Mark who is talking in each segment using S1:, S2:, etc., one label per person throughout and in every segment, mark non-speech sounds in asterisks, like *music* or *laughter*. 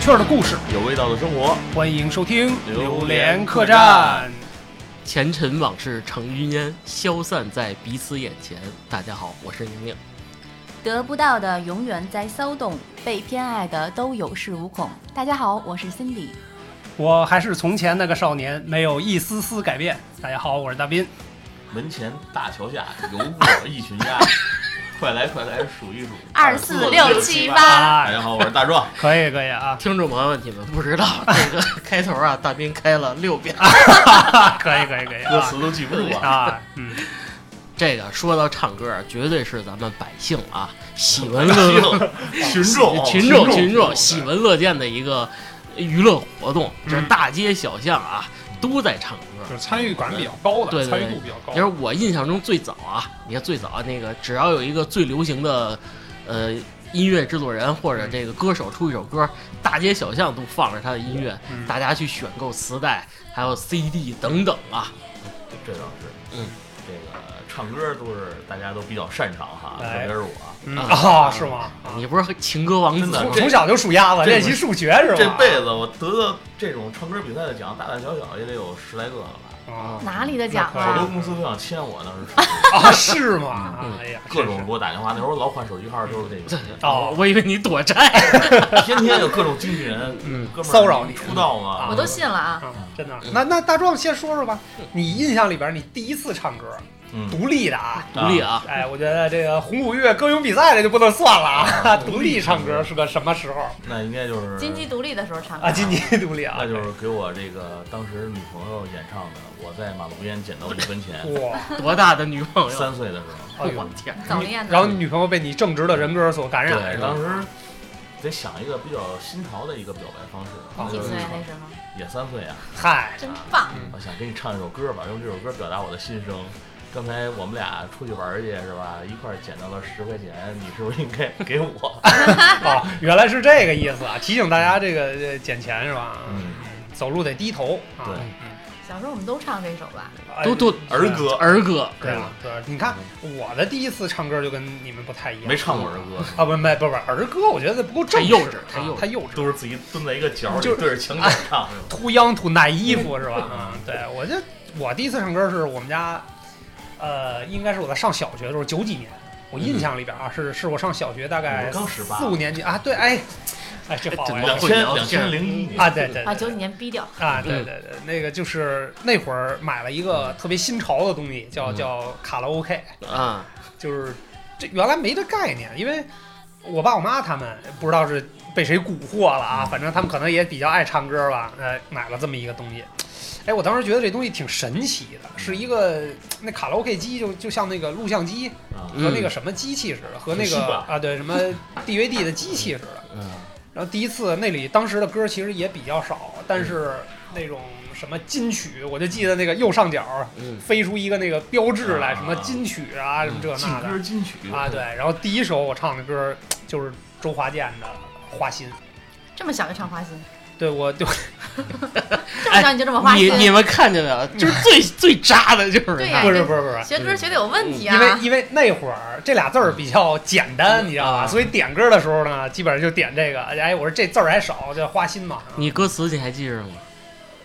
S1: 事儿的故事，
S2: 有味道的生活，
S1: 欢迎收听《
S2: 榴
S1: 榴
S2: 莲
S1: 莲
S2: 客
S1: 客
S2: 栈
S1: 栈》。
S3: 前尘往事成云烟，消散在彼此眼前。大家好，我是宁宁。
S4: 得不到的永远在骚动，被偏爱的都有恃无恐。大家好，我是 Cindy。
S1: 我还是从前那个少年，没有一丝丝改变。大家好，我是大斌。
S2: 门前大桥下游过一群
S4: *laughs*
S2: 鸭，快来快来数一数，
S4: 二四六七八
S3: 啊
S2: 大哎家好，我是大
S4: *laughs*
S2: 壮，
S1: 啊可以可以啊，
S3: 听众朋友们，你们不知道这个开头啊，大兵开了六遍。
S1: 可以可以可以
S2: 歌
S1: 啊
S2: 词都记不住啊。
S1: 啊，嗯，
S3: 这个说到唱歌啊，绝对是咱们百姓 *laughs* 啊喜闻乐见
S2: 群众，
S3: *laughs* 群
S2: 众，
S3: 群
S2: 众，
S3: 喜闻乐见的一个娱乐活动。这
S1: 嗯
S3: 大街小巷啊都在唱歌。
S5: 就是参与感比较高的，
S3: 对对对
S5: 参与度比较
S3: 就是
S5: 高。
S3: 我印象中最早啊，你看最早啊那个，只要有一个最流行的，呃，音乐制作人或者
S1: 嗯
S3: 这个歌手出一首歌，大街小巷都放着他的音乐，
S1: 嗯
S3: 大家去选购磁带，还有 CD 等等啊。
S2: 这倒是，
S3: 嗯，
S2: 这个唱歌都是大家都比较擅长哈，特
S1: 哎
S2: 别是我，
S1: 嗯
S3: 啊
S1: 啊，是吗？啊
S3: 你不是情歌王
S2: 真
S3: 子
S2: 的
S3: 吗
S2: 这？
S1: 从小就数鸭子，
S2: 这
S1: 练习数学是吧？
S2: 这辈子我得到这种唱歌比赛的奖，大大小小也得有十来个了吧。
S1: 啊
S4: 哪里的奖
S1: 那可
S2: 好
S1: 以
S2: 多
S4: 啊？
S2: 公司都想签我，当时
S1: 啊，是吗？啊
S3: 嗯
S1: 哎呀，
S2: 各种
S1: 真
S2: 给我打电话，那时候老换手机号，就是这个，
S1: 哦
S3: 我以为你躲债。
S2: 天天有各种经纪人，
S3: 嗯
S2: 哥们儿
S1: 骚扰你
S2: 出道嘛，
S1: 啊
S4: 我都信了啊！
S1: 是啊，真的。那那大壮先说说吧，你印象里边你第一次唱歌，
S2: 嗯，
S1: 独立的啊，
S3: 独立啊，
S1: 哎，我觉得这个红五月歌咏比赛这就不能算了啊！独立唱歌是个什么时候
S2: 那应该就是
S4: 金鸡独立的时候唱歌
S1: 啊？今年独立啊，
S2: 那就是给我这个当时女朋友演唱的《我在马路边捡到一分钱
S1: 哇，
S3: 多大的女朋》，友？
S2: 三岁的时候，
S1: 哎
S3: 我
S1: 呦！
S3: 天，
S4: 早恋的
S1: 然后你女朋友被你正直的人格所感染，
S2: 对，
S1: 哎是
S2: 当
S1: 吧？
S2: 时得想一个比较新潮的一个表白方式，
S1: 啊
S2: 那
S4: 几
S2: 就是
S4: 岁那时候？
S2: 也三岁啊，
S1: 嗨，
S4: 真棒！
S1: 嗯
S2: 我想给你唱一首歌吧，用这首歌表达我的心声。刚才我们俩出去玩儿去是吧？一块儿捡到了十块钱，你是不是应
S1: *laughs*
S2: 该给我？
S1: 哦，原来是这个意思啊！提醒大家这个呃捡钱是吧？
S2: 嗯，
S1: 走路得低头啊。
S2: 对
S4: 小时候我们都唱这首吧？
S1: 哎
S3: 都都
S2: 儿歌
S3: 儿歌
S1: 对啊吧？对，你看我的第一次唱歌就跟你们不太一样，
S2: 没唱过儿歌，
S1: 啊，不没不不，儿歌我觉得不够正
S3: 太幼稚
S1: 式
S3: 太
S1: 啊
S3: 幼稚
S1: 太幼稚，
S2: 都是自己蹲在一个角里
S1: 就
S2: 对
S1: 是嗯
S2: 着墙角唱是吧？
S1: 秃秧秃奶衣服是吧？啊，对我这我第一次唱歌是我们家，呃，应该是我在上小学的时候，九几年，我印象里边啊，是是我上小学大概
S2: 你刚18
S1: 四五年级啊，对，哎，哎，这话我也
S3: 哎真
S2: 两
S3: 的
S1: 说
S3: 会
S2: 千
S3: 聊
S2: 两千零一年
S1: 啊，对对
S4: 把
S1: 对
S4: 九
S1: 对
S4: 几年逼掉。
S1: 啊，对对对，那个就是那会儿买了一个特别新潮的东西，叫
S3: 嗯
S1: 叫卡拉 OK，
S3: 啊，
S1: 就是这原来没这概念，因为我爸我妈他们不知道是被谁蛊惑了啊，
S2: 嗯
S1: 反正他们可能也比较爱唱歌吧，呃，买了这么一个东西。哎，我当时觉得这东西挺神奇的，
S2: 嗯
S1: 是一个那卡拉 OK 机就就像那个录像机
S2: 啊，
S1: 和那个什么机器似的，和那
S2: 是
S1: 个
S2: 吧
S1: 啊对什么 DVD 的机器似的。
S3: 嗯，
S1: 然后第一次那里当时的歌其实也比较少，但是那种什么金曲，我就记得那个右上角
S3: 嗯
S1: 飞出一个那个标志来，
S2: 啊嗯
S1: 什么金曲啊什么这
S2: 劲
S1: 那的。
S2: 歌金曲
S3: 嗯
S1: 啊，对，然后第一首我唱的歌就是周华健的《花心》，
S4: 这么小就唱花心，
S1: 对我就哎
S4: 这么小你就这么花
S3: 你
S4: 心？
S3: 你们看见没有？就是最 *laughs* 最渣的就是
S4: 对
S3: 他
S4: 呀
S1: 不是不是不是，
S4: 学歌学的有问题啊
S1: 因！为因为那会儿这俩字儿比较简单，你知道
S3: 啊
S1: 吧？所以点歌的时候呢，基本上就点这个。哎，我说这字儿还少，叫花心嘛。
S3: 你歌词你还记着吗？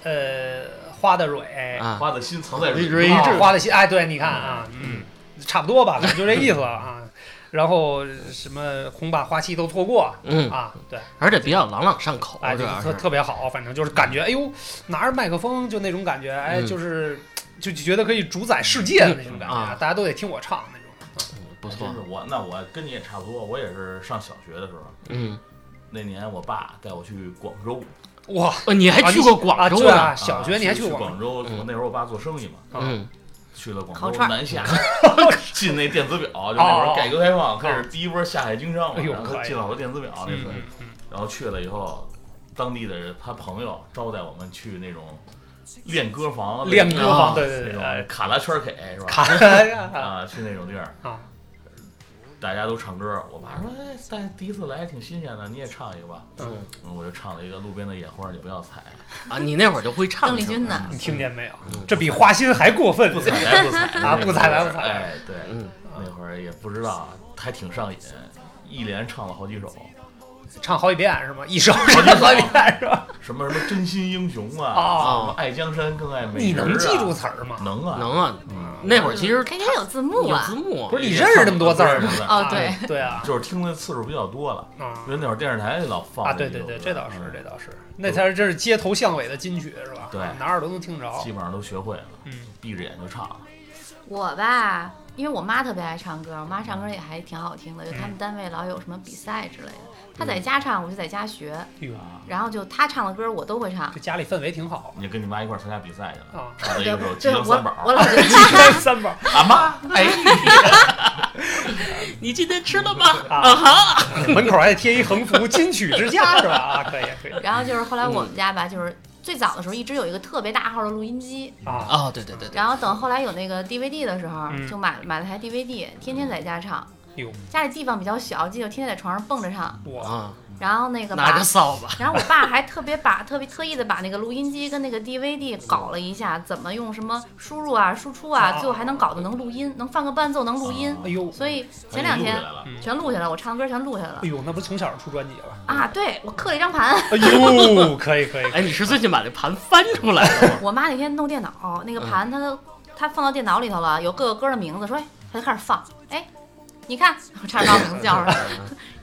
S1: 呃，花的蕊，
S3: 啊，
S2: 花的心藏在蕊
S3: 蕊
S2: 中
S3: 一
S1: 啊
S3: 致
S1: 花的心，哎，对，你看啊，嗯，差不多吧，就这意思啊。 *laughs* 然后什么恐把花期都错过
S3: 嗯，
S1: 啊，对。
S3: 而且比较朗朗上口，
S1: 哎，
S3: 主
S1: 就
S3: 要
S1: 特
S3: 是
S1: 特别好，反正就是感觉，哎呦，拿着麦克风就那种感觉，哎，
S3: 嗯
S1: 就是就就觉得可以主宰世界的那种感觉，
S3: 嗯啊
S1: 大家都得听我唱那种。
S3: 不
S2: 真
S3: 错
S2: 是，我，那我跟你也差不多，我也是上小学的时候，
S3: 嗯。
S2: 那年我爸带我去广州，
S1: 哇，
S3: 哦，你还去过
S1: 啊，
S3: 广州
S1: 对
S3: 呢？
S1: 啊，小学你还
S2: 去
S1: 去过吗？
S2: 广州？
S3: 嗯
S2: 那时候我爸做生意嘛，
S3: 嗯，
S2: 去了
S4: 烤
S2: 广州
S4: 串儿
S1: *laughs*
S2: 南下， *laughs* 进那电子表，就那会
S1: 哦
S2: 儿改革开放开始第一波下海经商嘛，
S1: 哎呦
S2: 然后他
S1: 可以
S2: 进了好多电子表那
S1: 嗯
S2: 次，
S1: 嗯
S2: 然后去了以后，当地的人他朋友招待我们去那种练歌房，
S1: 嗯，练歌
S3: 啊
S1: 房，对对
S2: 那
S1: 对
S2: 种
S1: 哎，
S2: 卡拉圈 K 是吧？
S1: 卡呀
S2: 啊，去那种地儿
S1: 啊，
S2: 大家都唱歌。我爸说：“哎，但第一次来挺新鲜的，你也唱一个吧。”
S1: 嗯
S2: 嗯，我就唱了一个《路边的野花儿你不要采
S3: 啊，你那会儿就会唱
S4: 邓丽君
S3: 呢？
S4: 呢？
S1: 你听见没有？这比花心还过分》，
S2: 不采白 *laughs* 不采
S1: 啊不采白不采
S2: 哎，对，
S3: 嗯
S2: 啊那会儿也不知道，还挺上瘾，一连唱了好几首。
S1: 唱好几遍是吗？一首唱好几遍是吧？
S2: 什么什么真心英雄啊，
S1: 啊，
S2: 什么爱江山更爱美、啊
S1: 你能记住？词儿吗？
S2: 能啊，
S3: 能啊，
S2: 嗯，
S3: 那会儿其实
S4: 肯定有字幕
S3: 有
S4: 啊
S3: 字。幕，
S1: 不是你认识那么多字儿吗？
S4: 哦
S1: 啊
S4: 对
S1: 对啊，
S2: 就是听的次数比较多了，
S1: 啊
S2: 因为那会儿电视台里老放
S1: 啊，
S2: 这
S1: 对对
S2: 几
S1: 对，
S2: 首歌
S1: 这倒是这倒是，那才是真是街头巷尾的金曲是吧？
S2: 嗯
S1: 啊
S2: 对
S1: 哪儿都能听着
S2: 基。本上都学会了，
S1: 嗯，
S2: 闭着眼就唱。
S4: 我吧，因为我妈特别爱唱歌，我妈唱歌也还挺好听的。就他们单位老有什么比赛之类的，她在家唱，我就在家学，
S1: 哎呦，
S4: 然后就她唱的歌我都会唱。
S1: 这家里氛围挺好
S2: 你跟你妈一块儿参加比赛去了，
S1: 啊。
S2: 唱了一首《吉
S4: 哦对，
S2: 星三宝
S4: 我我》，老觉
S1: *laughs*
S4: 得
S1: 三宝
S2: 俺妈
S3: 哎，你今天吃了吗？
S1: 啊，门口还得贴一横幅“金曲之 *laughs* 家”是吧？啊，可以可以
S4: 然后就是后来我们家吧，就是最早的时候一直有一个特别大号的录音机，
S1: 啊。
S3: 哦，对对对对，
S4: 然后等后来有那个 DVD 的时候，
S1: 嗯
S4: 就买买了台 DVD，天天在家唱。
S1: 哟，
S4: 家里地方比较小，记得天天在床上蹦着唱。
S1: 我
S3: 啊，
S4: 然后那个
S3: 拿
S4: 把
S3: 着，扫把，
S4: *laughs* 然后我爸还特别把特别特意的把那个录音机跟那个 DVD 搞了一下，怎么用什么输入啊、输出啊，
S1: 哦
S4: 最后还能搞得能录音，能放个伴奏能录音。
S1: 哎呦，
S4: 所以前
S2: 把
S4: 两
S2: 哎你录下
S4: 天
S2: 来了，
S1: 嗯
S4: 全录下来，我唱的歌全录下来了
S1: 哎。呦，那不是从小出专辑了？
S4: 啊，对我刻了一张盘。
S1: 哎呦，可以可以，
S3: 哎，你是最近把这盘翻出来
S4: *laughs*
S3: 了吗？
S4: 我妈那天弄电脑，那个
S1: 嗯
S4: 盘她都她放到电脑里头了，有各个歌的名字，说哎，她就开始放，哎，你看，我差点把我名字叫
S1: *laughs*
S4: 出来，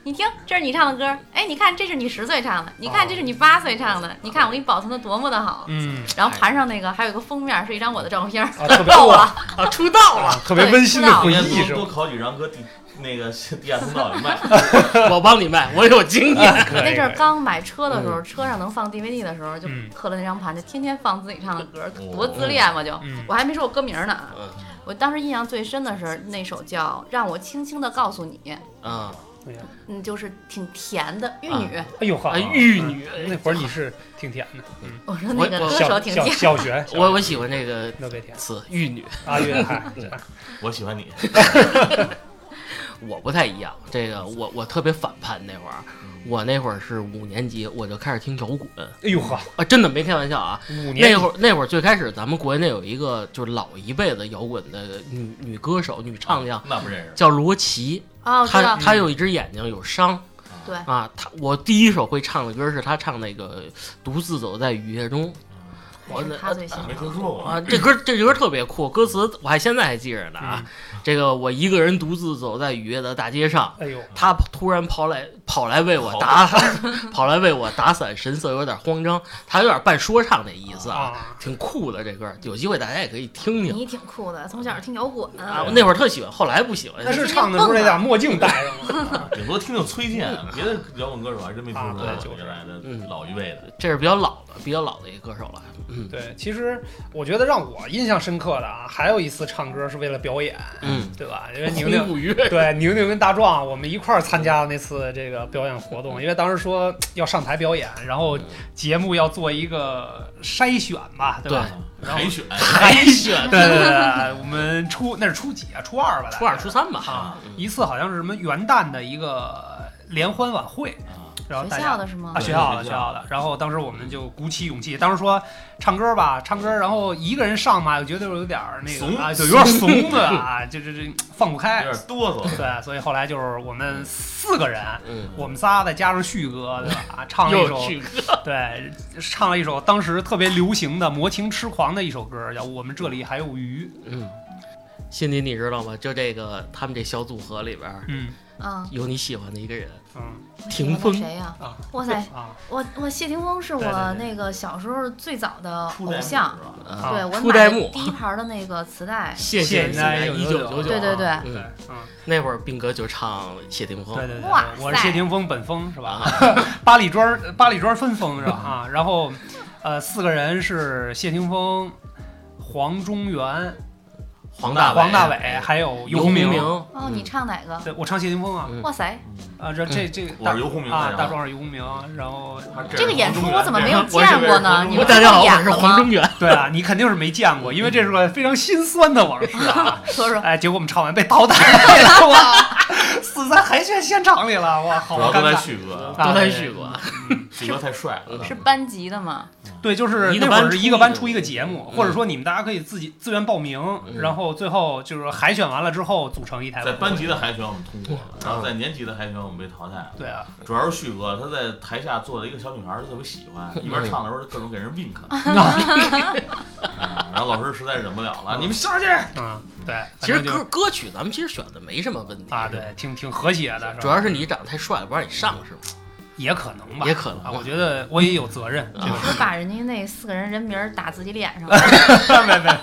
S4: 你听，这是你唱的歌，哎，你看这是你十岁唱的，你看这是你八岁唱的，你看我给你保存的多么的好。
S1: 嗯
S4: 然后盘上那个还有一个封面是一张我的照片，
S1: *laughs*
S4: *laughs*
S1: 啊，特别
S4: 逗了，
S3: 啊，出道了，
S1: 啊，特别温馨的回
S2: 应
S1: 忆
S2: 该
S1: 是
S2: 多多
S1: 吧？
S2: 考几张搁地那个 *laughs* 地下通道里卖。
S3: 我帮你卖，我有经
S1: *laughs*
S3: 验。
S1: 可以
S4: 那阵儿
S1: 可以
S4: 刚买车的时候，车上能放 DVD 的时候，就
S1: 哎嗯
S4: 刻了那张盘，就天天放自己唱的歌，
S2: 哦
S4: 多自恋嘛就
S1: 嗯。
S4: 我还没说我歌名呢啊，
S3: 嗯
S4: 我当时印象最深的是那首叫《让我轻轻的告诉你》，
S3: 嗯，
S1: 哎呀
S4: 嗯，就是挺甜的玉女。
S1: 哎呦呵嗯
S3: 啊，，玉女，
S1: 那会儿你是挺甜的，嗯
S4: 我说那个
S3: 我
S4: 歌手
S1: 小
S4: 挺
S1: 小
S4: 甜，
S1: 小学，
S3: 我我喜欢这个
S1: 特别甜
S3: 词“玉女
S1: 啊，乐海，
S2: 我喜欢你，”，
S3: 我不太一样。这个我我特别反叛那会儿，我那会儿是五年级我就开始听摇滚
S1: 哎呦呵，
S3: 啊，真的没开玩笑啊。
S1: 五年
S3: 那会儿那会儿最开始咱们国内有一个就是老一辈的摇滚的女女歌手女唱将
S2: 那不认识。
S3: 叫罗琦，
S4: 哦，我知
S3: 她
S4: 道，
S3: 她有一只眼睛有伤，
S4: 对
S3: 啊，她我第一首会唱的歌是她唱那个独自走在雨夜中，我
S4: 还是
S3: 那
S4: 他最喜欢
S2: 嗯呃没。听说过，
S3: 啊，这歌这歌特别酷，歌词我还现在还记着呢啊。这个我一个人独自走在雨夜的大街上，
S1: 哎呦，
S3: 他突然跑来嗯跑来为我打 *laughs* 跑来为我打伞，神色有点慌张，他有点半说唱那意思啊，
S1: 啊，
S3: 挺酷的这歌，有机会大家也可以听听
S4: 你挺酷的，从小听摇滚
S3: 啊。那会儿特喜欢，后来不喜欢
S1: 那。是唱的时候得把墨镜戴上了，
S2: 顶多听听崔健，别的摇滚歌手还真没听说
S1: 啊
S2: 过。
S1: 对就是
S2: 原来的
S3: 嗯
S2: 老一辈的，
S3: 这是比较老的，比较老的一个歌手了。嗯
S1: 对，其实我觉得让我印象深刻的啊，还有一次唱歌是为了表演，
S3: 嗯，
S1: 对吧？因为宁
S3: 红
S1: 宁。
S3: 不约
S1: 对，宁宁跟大壮，我们一块儿参加那次这个表演活动，因为当时说要上台表演，然后节目要做一个筛选吧，对吧？然后
S2: 嗯海选
S3: 海
S1: *laughs*
S3: 选
S1: 对对对对，我们初那是初几啊？初二吧？大概
S3: 初二初三吧，
S1: 啊，一次好像是什么元旦的一个联欢晚会，
S2: 啊，
S1: 然后
S4: 学
S1: 大
S4: 校
S1: 家。
S4: 的是吗
S1: 啊，？学校的
S2: 对
S1: 学校的，然后当时我们就鼓起勇气，当时说唱歌吧，唱歌，然后一个人上嘛，我觉得有点儿那
S2: 怂
S1: 个啊，就有点怂的啊，就这这放不
S2: 有
S1: 开
S2: 点，哆嗦。
S4: 哎
S1: 对，所以后来就是我们四个人，
S3: 嗯，
S1: 我们仨再加上旭哥，对吧？唱了一
S3: 又
S1: 首，
S3: 去
S1: 对，唱了一首当时特别流行的《魔情痴狂》的一首歌，叫《我们这里还有鱼》，
S3: 嗯。心里你知道吗？就这个他们这小组合里边儿
S1: 嗯
S4: 嗯，
S3: 有你喜欢的一个人，
S1: 嗯
S3: 啊霆锋
S4: 我喜欢谁呀？
S1: 啊
S4: 哇塞，
S1: 啊，
S4: 我我谢霆锋是
S1: 对对
S4: 我
S1: 对
S4: 那个小时候最早的
S2: 初代
S4: 偶
S2: 目
S4: 像
S2: 是，吧
S3: 啊
S4: 对我
S3: 初代
S4: 买
S3: 目
S4: 的第一盘的那个磁带，
S3: 谢
S1: 谢
S3: 你
S1: 奶
S3: 一九九九，
S4: 对对对
S1: 啊
S3: 嗯
S1: 对，嗯。
S3: 那会儿斌哥就唱谢霆锋，啊
S1: 对对对，
S4: 哇
S1: 我是
S4: 塞
S1: 谢霆锋本风是吧？ *laughs* 八里庄儿八里庄儿分封是吧？啊，然后呃，四个人是谢霆锋、黄中原、
S3: 黄
S2: 大啊哎
S1: 黄
S3: 伟、黄
S1: 大伟，还有
S3: 游
S1: 鸿
S3: 明。
S4: 哦，
S1: 嗯
S4: 你唱哪个？
S1: 对，我唱谢霆锋啊
S3: 嗯
S4: 哇塞，
S1: 啊，这这这，
S2: 嗯我
S1: 大
S2: 是游鸿明
S1: 啊，
S2: 大
S1: 大
S2: 家好
S1: 壮是游鸿明，然后
S4: 这个演出我怎么没有
S2: 这是
S4: 见过呢
S2: 这是
S4: 你
S3: 我
S4: 们
S3: 大家好，我
S4: 演
S3: 是
S4: 了吗
S3: 黄中原。
S1: 对啊，你肯定是没见过，因为这是个非常心酸的往事啊。
S4: *laughs* 说说。
S1: 哎，结果我们唱完被淘汰了，哇！四死在海选现场里了，哇，
S4: 哦
S1: 好
S2: 主要都
S1: 尴
S2: 在
S1: 尬。
S2: 旭哥，
S1: 啊
S3: 刚才去过，
S2: 旭哥太帅了，
S4: 嗯是班级的吗？
S1: 对，就是
S3: 一个
S1: 那会
S3: 班
S1: 儿
S3: 出
S1: 一个
S3: 一
S1: 班
S3: 个
S1: 出一个节目，
S3: 嗯
S1: 或者说你们大家可以自己自愿报名，
S2: 嗯
S1: 然后最后就是海选完了之后组成一台。
S2: 在班级的海选我们通
S1: 嗯
S2: 过了，然后在年级的海选我们被淘汰了。
S1: 对啊，
S2: 主要是旭哥，他在台下坐的一个小女孩儿，特别喜欢，一边唱的时候就各种给人
S1: *laughs*
S2: wink，嗯然后老师实在忍不了了，你们下去。
S1: 嗯，对，
S3: 其实
S1: 反正
S3: 歌歌曲咱们其实选的没什么问
S1: 就
S3: 题
S1: 啊，对，，挺挺和谐的，吧
S3: 主要是你长得太帅了，不让你上是吗？
S1: 也可能吧，
S3: 也可能啊
S1: 啊，我觉得我也有责任，这个
S4: 你
S3: *laughs*
S4: 是把人家那四个人人名儿打自己脸上了，
S1: 没没，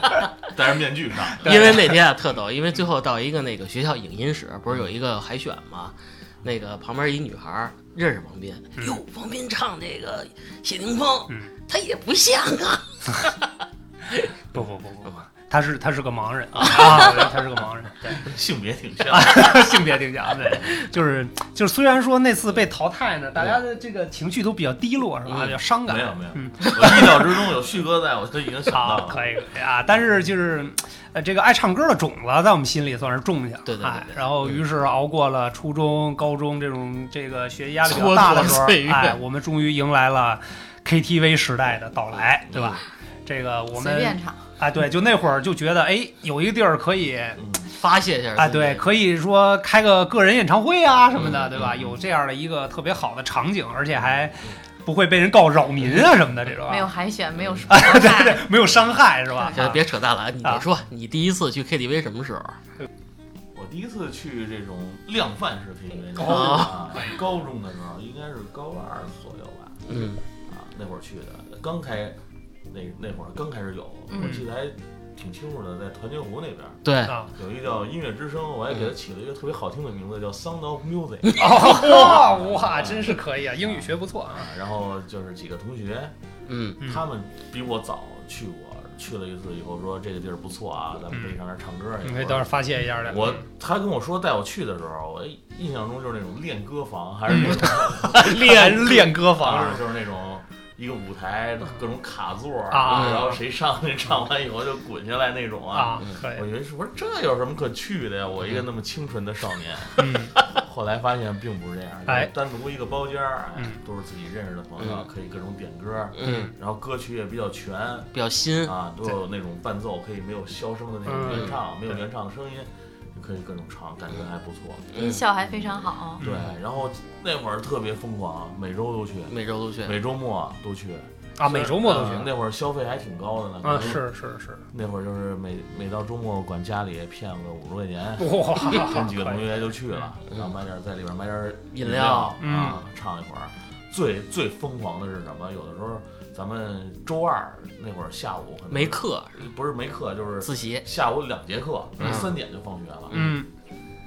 S2: 戴着面具上，
S1: 对
S3: 因为那天啊特逗，因为最后到一个那个学校影音室，不是有一个海选嘛，那个旁边一女孩儿认识王斌，
S1: 嗯
S3: 哟，王斌唱这个谢霆锋，
S1: 嗯
S3: 他也不像啊，
S1: 不不不不，不他是他是个盲人啊，他是个盲人，对。 *laughs*
S2: 性别挺像，
S1: 性别定价，对，就是就是，虽然说那次被淘汰呢，大家的这个情绪都比较低落，是吧？
S3: 嗯
S1: 比较伤感。
S2: 没有没有
S1: 嗯，
S2: 我意料之中有旭哥在，我就已经想到
S1: 好，
S2: 了。
S1: 可以可以啊，但是就是，呃，这个爱唱歌的种子在我们心里算是种下了，
S3: 对对对
S1: 哎
S3: 对
S1: 然后于是熬过了初中、高中这种这个学习压力比较
S3: 蹉跎
S1: 大的时候
S3: 岁，月
S1: 哎，我们终于迎来了 KTV 时代的到来，对吧？
S3: 嗯
S1: 这个我
S4: 随
S1: 们
S4: 便唱。
S1: 哎，对，就那会儿就觉得，哎，有一个地儿可以
S2: 嗯，
S3: 发泄一下
S1: 啊，对，可以说开个个人演唱会啊什么的，
S3: 嗯
S1: 对吧？
S2: 嗯
S1: 有这样的一个特别好的场景，而且还不会被人告扰民啊什么的这种啊。
S4: 没有海选，没有什么
S1: 啊，对对
S4: 害
S1: 对，没有伤害是吧？
S3: 行了，别扯淡了啊，你
S1: 啊
S3: 别说，你第一次去 KTV 什么时候？
S2: 我第一次去这种量贩式 KTV，
S1: 哦
S2: 啊，高中的时候应该是高二左右吧，
S3: 嗯，
S2: 啊，那会儿去的，刚开那那会儿刚开始有，
S4: 嗯
S2: 我记得还挺清楚的，在团结湖那边儿
S3: 对，
S1: 啊，
S2: 有一个叫音乐之声，我还
S1: 嗯
S2: 给它起了一个特别好听的名字，叫 Sound of Music。
S1: *laughs* 哇哦哇，真是可以啊，英语学不错啊。
S2: 啊，然后就是几个同学，
S3: 嗯，
S1: 嗯
S2: 他们比我早去过，去了一次以后说这个地儿不错啊，咱们可以上那儿唱歌
S1: 嗯
S2: 去。
S1: 你可以到时候发嗯泄一下的。
S2: 我他跟我说带我去的时候，我印象中就是那种练歌房，还是那
S1: 嗯 *laughs*
S2: 种 *laughs*
S1: 练练歌 *laughs*
S2: 啊
S1: 房，
S2: 就是那种一个舞台各种卡座
S1: 啊
S2: 然后谁上去唱完以后就滚下来那种啊。
S1: 啊，可以
S2: 我。以为是我说这有什么可去的呀？我一个那么清纯的少
S1: *laughs*
S2: 年，
S1: 嗯，
S2: 后来发现并不是这样，
S1: 哎
S2: 就是单独一个包间儿，哎
S1: 嗯
S2: 都是自己认识的朋友，
S3: 嗯
S2: 可以各种点歌，
S3: 嗯，
S2: 然后歌曲也比较全啊，
S3: 比较新，
S1: 嗯
S2: 都有那种伴奏，可以没有箫声的那种原唱，没有
S1: 嗯对嗯
S2: 原唱的声音，就可以各种唱，感觉还不错。
S3: 嗯
S4: 音效还非常好。
S2: 对，然后那会儿特别疯狂，每周都去，
S3: 每周都去，
S2: 每周末都去
S1: 啊，每周末都
S2: 嗯
S1: 去。
S2: 那会儿消费还挺高的呢，
S1: 啊，
S2: 可能
S1: 是是是，
S2: 那会儿就是每每到周末管家里骗个五十块钱，
S1: 哇，
S2: 跟嗯几个同
S1: 可以
S2: 学就去了，然后买点在里边买点
S3: 嗯饮
S2: 料
S3: 料
S1: 嗯
S2: 啊，唱一会儿。最最疯狂的是什么？有的时候咱们周二那会儿下午可能
S3: 没，课，
S2: 不是没课，就是
S3: 自习，
S2: 下午两节课，
S3: 嗯
S2: 三点就放学了。
S1: 嗯，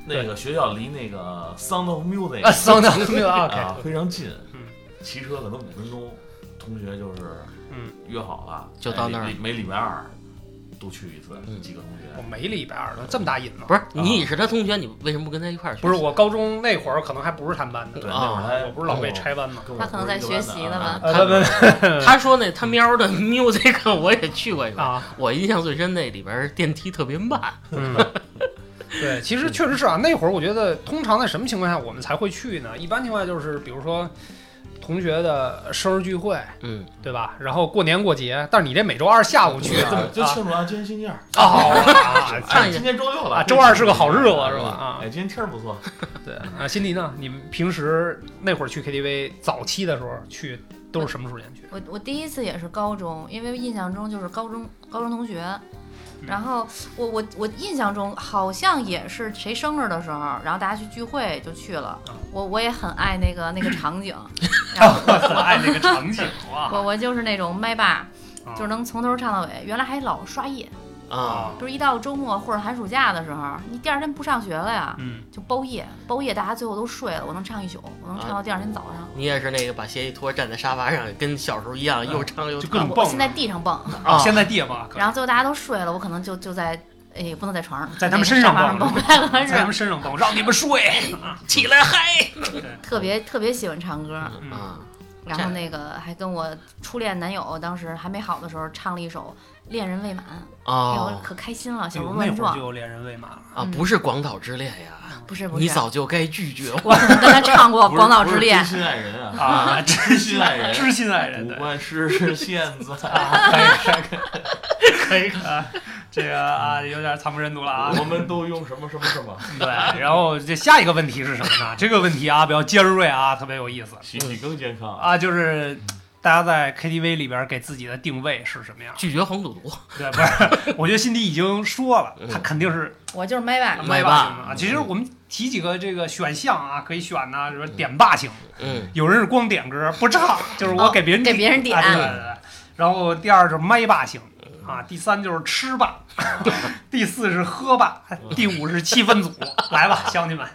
S2: 那个学校离那个 Sound of
S1: 啊，
S2: Music
S1: 桑当那
S2: *laughs*
S1: 个
S2: 哎啊
S1: OK，
S2: 非常近
S1: 嗯，
S2: 骑车可能五分钟，同学就是
S1: 嗯
S2: 约好了，
S3: 就到那儿
S2: 哎礼每礼拜二都去一次，
S3: 嗯
S2: 几个同
S1: 我
S2: 学。
S1: 没礼拜二了，这么大瘾呢？
S3: 不是你也是他同学，你为什么不跟他一块儿去？
S1: 啊不是，我高中那会儿可能还不是他们班的，
S2: 对，
S3: 啊
S2: 那会儿还哦
S1: 我不是老被拆班吗？
S2: 跟我
S4: 他可能在学习呢吧
S2: 不是一
S1: 啊
S2: 个班的啊
S3: 他说那他喵的 *laughs* music 我也去过一
S2: 哦 *laughs*
S3: 回，
S1: 啊，
S3: 我印象最深那里边电梯特别慢，
S1: 嗯，对，其实确实是啊。那会儿我觉得，通常在什么情况下我们才会去呢？一般情况下就是，比如说同学的生日聚会，
S3: 嗯，
S1: 对吧？然后过年过节，但是你这每周二下午去， *laughs*
S2: 对
S1: 这么
S2: 就庆祝啊！今天星期二，
S1: 啊啊啊 *laughs*
S2: 哎，
S3: 看一下
S2: 今天周六
S1: 啊，
S2: 了，
S1: 周二是个好日子是吧？啊
S2: 哎，，今天天儿不错，
S1: 对啊，辛迪呢？你们平时那会儿去 KTV 早期的时候去都是什么时间去？
S4: 我我第一次也是高中，因为印象中就是高中高中同学，
S1: 嗯
S4: 然后我我我印象中好像也是谁生日的时候，然后大家去聚会就去了
S1: 啊。
S4: 我我也很爱那个那个场景，
S1: 我 *laughs* 爱那个场景啊
S4: 我我就是那种麦霸，
S1: 啊
S4: 就是能从头唱到尾。原来还老刷夜，
S3: 啊，
S4: 就是一到周末或者寒暑假的时候，你第二天不上学了呀，
S1: 嗯，
S4: 就包夜，包夜大家最后都睡了，我能唱一宿，我能唱到第二天早
S1: 嗯
S4: 上。
S3: 你也是那个把鞋一脱站在沙发上，跟小时候一样又唱又
S1: 就
S3: 跳
S1: 各种
S4: 我
S1: 蹦
S4: 现在地上蹦，
S1: 啊，
S3: 啊，
S1: 现在地吧，
S4: 然后最后大家都睡了，我可能就就在，哎，也不能在床上，
S1: 在他们
S4: 那
S1: 身
S4: 个
S1: 上
S4: 沙发
S1: 蹦
S4: 蹦开了，
S1: 在他
S4: 是
S1: 们身上蹦，让你们睡。
S3: 起来嗨
S4: 特别特别喜欢唱歌。
S1: 嗯
S3: 啊，
S4: 然后那个还跟我初恋男友当时还没好的时候唱了一首《恋人未满》，哎呦
S3: 哦
S4: 可开心了，小
S1: 哎那会
S4: 鹿乱
S1: 儿就
S4: 撞，
S1: 有恋人未满了。
S3: 啊，
S4: 嗯
S3: 不是广岛之恋呀，
S4: 不是不
S3: 你
S4: 是，
S3: 早就该拒绝我。
S4: 我可能跟他唱过《
S2: 不是
S4: 哦广岛
S2: 不
S4: 之
S2: 是
S4: 恋
S2: 知》，心爱人啊，
S1: 啊，
S2: 知心爱人，
S1: 知心爱人，
S2: 五
S1: 哎对，
S2: 官
S1: *laughs*
S2: 是是现在，
S1: 可以，啊这个啊，有点惨不忍睹了啊。
S2: *laughs* 我们都用什么什么什么
S1: 对，然后这下一个问题是什么呢？这个问题啊，比较尖锐啊，特别有意思
S2: 洗洗更健康啊，
S1: 啊，就是大家在 KTV 里边给自己的定位是什么样？
S3: 拒绝黄赌毒，
S1: 对，不是， *laughs* 我觉得辛迪已经说了，他肯定是
S4: 我就是麦霸，
S3: 嗯麦霸嗯
S1: 霸型的啊。其实我们提几个这个选项啊，可以选呐，比如说点霸型，
S3: 嗯，
S1: 有人是光点歌不
S3: *laughs*
S1: 唱，就是我
S4: 哦
S1: 给别人
S4: 给别人点
S1: 啊对对对对。然后第二就是麦霸型啊，第三就是吃霸，
S3: 嗯
S1: 第四是喝霸， *laughs* 第五是气氛组。来吧，兄弟们，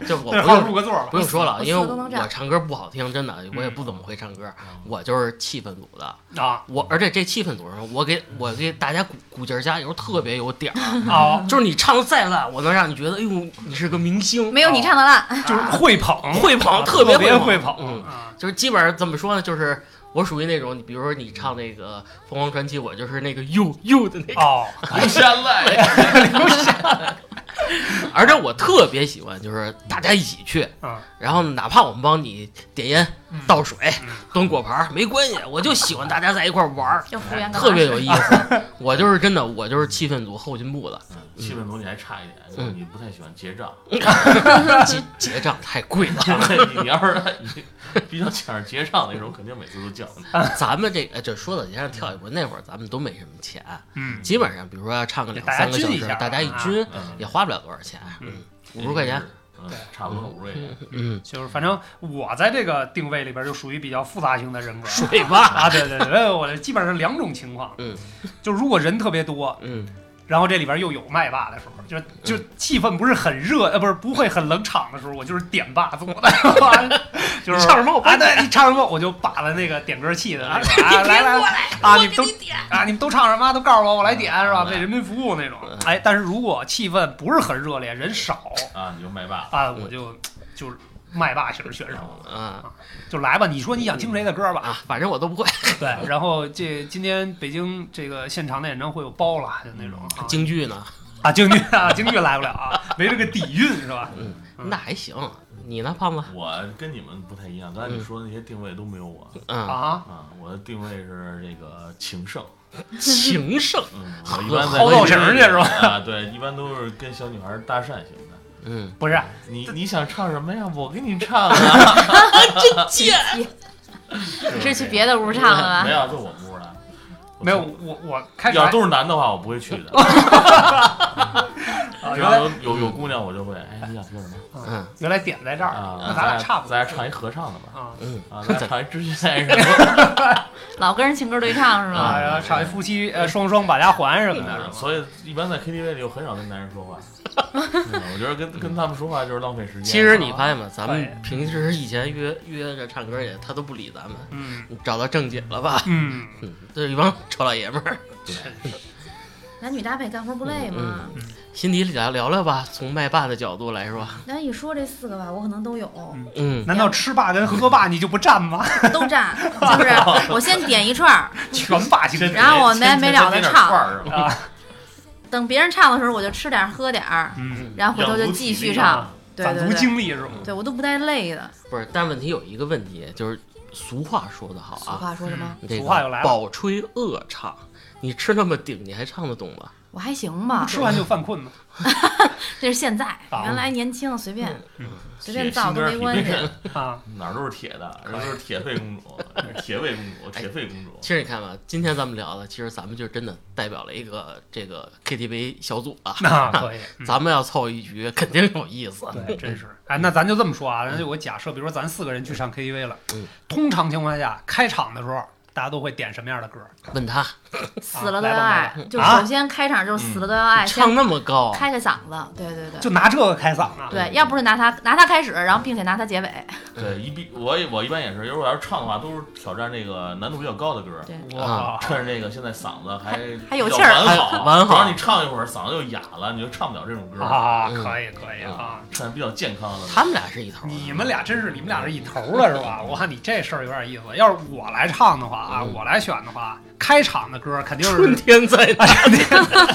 S3: 嗯就我
S1: 对
S3: 不
S1: 号
S3: 用
S1: 入个座吧。
S3: 不用说了，因
S4: 我四个都能
S3: 为
S4: 占
S3: 我唱歌不好听，真的，我也不怎么会唱歌，
S2: 嗯
S3: 我就是气氛组的。
S1: 啊
S3: 我而且这气氛组上，我给我给大家鼓鼓劲儿加油，特别有点儿。
S4: *laughs*
S1: 哦，
S3: 就是你唱的再烂，我能让你觉得，哎呦，你是个明
S1: 嗯
S3: 星，
S4: 没有你唱的烂，
S1: 就是会捧，
S3: 会捧，
S1: 啊
S3: 哎特别
S1: 别
S3: 会
S1: 会
S3: 捧。
S1: 捧
S3: 嗯，
S1: 啊。
S3: 就是基本上怎么说呢，就是我属于那种，比如说你唱那个《凤凰传奇》，我就是那个呦呦的那个，
S1: 哦，
S2: 不现在，
S3: 而且我特别喜欢，就是大家一起去，
S1: 嗯
S3: 然后哪怕我们帮你点烟、
S1: 嗯
S3: 倒水
S1: 嗯、
S3: 端果盘儿没关系，我就喜欢大家在一块儿
S1: *laughs*
S3: 玩儿，
S4: 就服务员干嘛
S3: 特别有意思。我就是真的，我就是气氛组后勤
S1: *laughs*
S3: 部的，
S2: 气氛总体还差一点，
S1: 嗯
S2: 就是你不太喜欢结账，
S3: 结结账太贵
S1: *laughs*
S3: 了。
S2: 你要是你比较抢着结账那种，肯定每次都叫你。
S1: 啊
S3: 咱们这个哎这说到节上跳一步，那会儿咱们都没什么钱，
S1: 嗯，
S3: 基本上比如说要唱个两
S1: 大家
S3: 三个
S1: 均
S3: 小
S1: 一
S3: 时，
S1: 下
S3: 大家一
S1: 啊
S3: 均
S2: 嗯
S3: 也花不了多少钱，嗯，五十块钱，，
S2: 嗯，差不多五十块钱。
S3: 嗯，
S1: 就是反正我在这个定位里边就属于比较复杂型的人格。
S3: 水吧，
S1: 啊，对对对，我基本上是两种情况，
S3: 嗯，
S1: 就如果人特别多，
S3: 嗯，
S1: 然后这里边又有麦霸的时候，就就气氛不是很热，呃，不是不会很冷场的时候，我就是点霸做的，就是
S3: *laughs* 你唱什么我帮
S1: 啊，
S3: 你
S1: 对，你唱什么我就把了那个点歌器的
S3: 哎
S1: 那个啊，来来来啊，你们
S4: *laughs*
S1: 都啊，你们都唱什么都告诉我，我来点是吧？
S3: 嗯
S1: 为人民服务那种。哎，但是如果气氛不是很热烈，人少
S2: 啊，你就麦霸。
S1: 啊，我就就是麦霸型选手，
S3: 啊
S1: 就来吧，你说你想听谁的歌吧，
S3: 啊，反正我都不会，
S1: 对，然后这今天北京这个现场的演唱会有包了，就那种啊
S3: 嗯京剧呢，
S1: 啊京剧啊京剧来不了啊，没这个底蕴是吧？嗯
S3: 那还行，你呢，胖子？
S2: 我跟你们不太一样，刚才
S1: 嗯
S2: 你说的那些定位都没有我
S3: 嗯，
S1: 啊，
S2: 啊，我的定位是这个情圣，
S3: 情圣，
S2: 嗯，我一般在
S1: 好造型去是吧
S2: 啊，对，一般都是跟小女孩搭讪型的。
S3: 嗯，
S1: *laughs* 不是
S2: 你你想唱什么呀？我给你唱啊！
S4: 贱，是去别的屋唱的
S2: *laughs* 没
S1: 嗯
S4: 吧？
S2: 有，就我们屋的。
S1: *laughs* 没有我我开始
S2: 要
S1: 还
S2: 都是男的话，我不会
S1: *laughs*
S2: 去的。
S1: 啊原
S2: 只要
S1: 来
S2: 有有有姑娘，我就会。哎，你想听什么
S3: 嗯
S1: 原来点在这儿，
S2: 啊？
S1: 那咱俩差不多
S2: 咱俩唱一合唱的
S1: *laughs*
S2: 吧。
S1: 啊
S3: 嗯，
S2: 啊，咱俩唱一知心
S1: *laughs*
S2: 爱人。
S4: 老跟人情歌对唱是
S1: 啊，
S4: 吗？
S1: 然后唱一夫妻呃双双把家还什么的
S2: 啊
S1: 是吧，
S2: 所以一般在 KTV 里，我很少跟男人说
S1: *laughs*
S2: 话。嗯我觉得跟跟他们说话就是浪费时间。
S3: 其实
S1: 啊
S3: 你发现吗？咱们平时以前约约着唱歌去，他都不理咱们，
S1: 嗯
S3: 你找到正经了吧？
S1: 嗯，
S3: 嗯，这一帮臭老爷们儿。
S1: 嗯
S4: 男女搭配干活不累吗？
S3: 辛迪聊聊聊吧，从麦霸的角度来说，
S1: 嗯
S4: 那一说这四个吧，我可能都有，
S3: 嗯，
S1: 难道吃霸跟喝霸你就不占吗？ *laughs*
S4: 都 *laughs* 占，就是我先点一串儿，
S1: 全霸型
S2: 先
S1: 人
S4: 然后我没
S2: 先
S4: 没了得
S2: 先点
S4: 唱
S2: 串儿是吧
S1: 啊，
S4: 等别人唱的时候我就吃点儿喝点儿，
S1: 嗯，
S4: 然后回头就继续唱，啊对
S1: 啊攒足
S4: 对对，
S1: 精力是吗？
S4: 对我都不带累的。
S3: 不是，但问题有一个问题，就是俗话说得好
S4: 俗
S3: 啊，
S4: 话说什么？
S3: 这
S1: 俗话又
S3: 个
S1: 来了
S3: 饱吹饿唱，你吃那么顶，你还唱得懂吗？
S4: 我还
S1: *laughs*
S4: 行吧，
S1: 吃完就犯困嘛，
S4: 这是现在，
S1: 啊
S4: 原来年轻随便
S1: 嗯，
S4: 随便造都没关系
S2: 铁。心肝儿
S1: *laughs* 啊，
S2: 哪儿都是铁的，人都是铁肺公
S1: *laughs*
S2: 主，铁肺公主，铁肺公主。
S3: 其实你看吧，今天咱们聊的，其实咱们就真的代表了一个这个 KTV 小组啊，
S1: 那可以，嗯
S3: 咱们要凑一局，肯定有意思。
S1: 对，真是。哎，那咱就这么说啊，咱就我假设，比如说咱四个人去上 KTV 了，
S3: 嗯
S1: 通常情况下，开场的时候。大家都会点什么样的歌？
S3: 问他
S4: 死了都
S1: 来
S4: 要
S1: 吧
S4: 爱
S1: 来，
S4: 就
S1: 啊嗯
S4: 首先开场就是死了都要爱，
S3: 唱
S4: 哎先
S3: 那么高，
S4: 开开嗓子，对对对，
S1: 就拿这个开嗓啊？
S4: 对，要不是拿它拿它开始，然后并且拿它结尾，
S1: 哎
S2: 对，一必我也我一般也是，如果要是唱的话，都是挑战这个难度比较高的歌。啊
S4: 对
S3: 啊
S1: 哇，
S2: 趁着这个现在嗓子还
S4: 还有
S2: 比较
S4: 气儿
S2: 完好，
S3: 还完好
S2: 主要你唱一会儿嗓子就哑了，你就唱不了这种歌。
S1: 啊，
S3: 嗯
S1: 可以可以啊！
S2: 趁比较健康的，
S3: 他们俩是一头儿。
S1: 你们俩真是你们俩是一头了是吧？我看你这事儿有点意思。要是我来唱的话啊，
S3: 嗯
S1: 我来选的话，开场的歌肯定
S3: 春
S1: 是
S3: 天在哪？
S1: *laughs*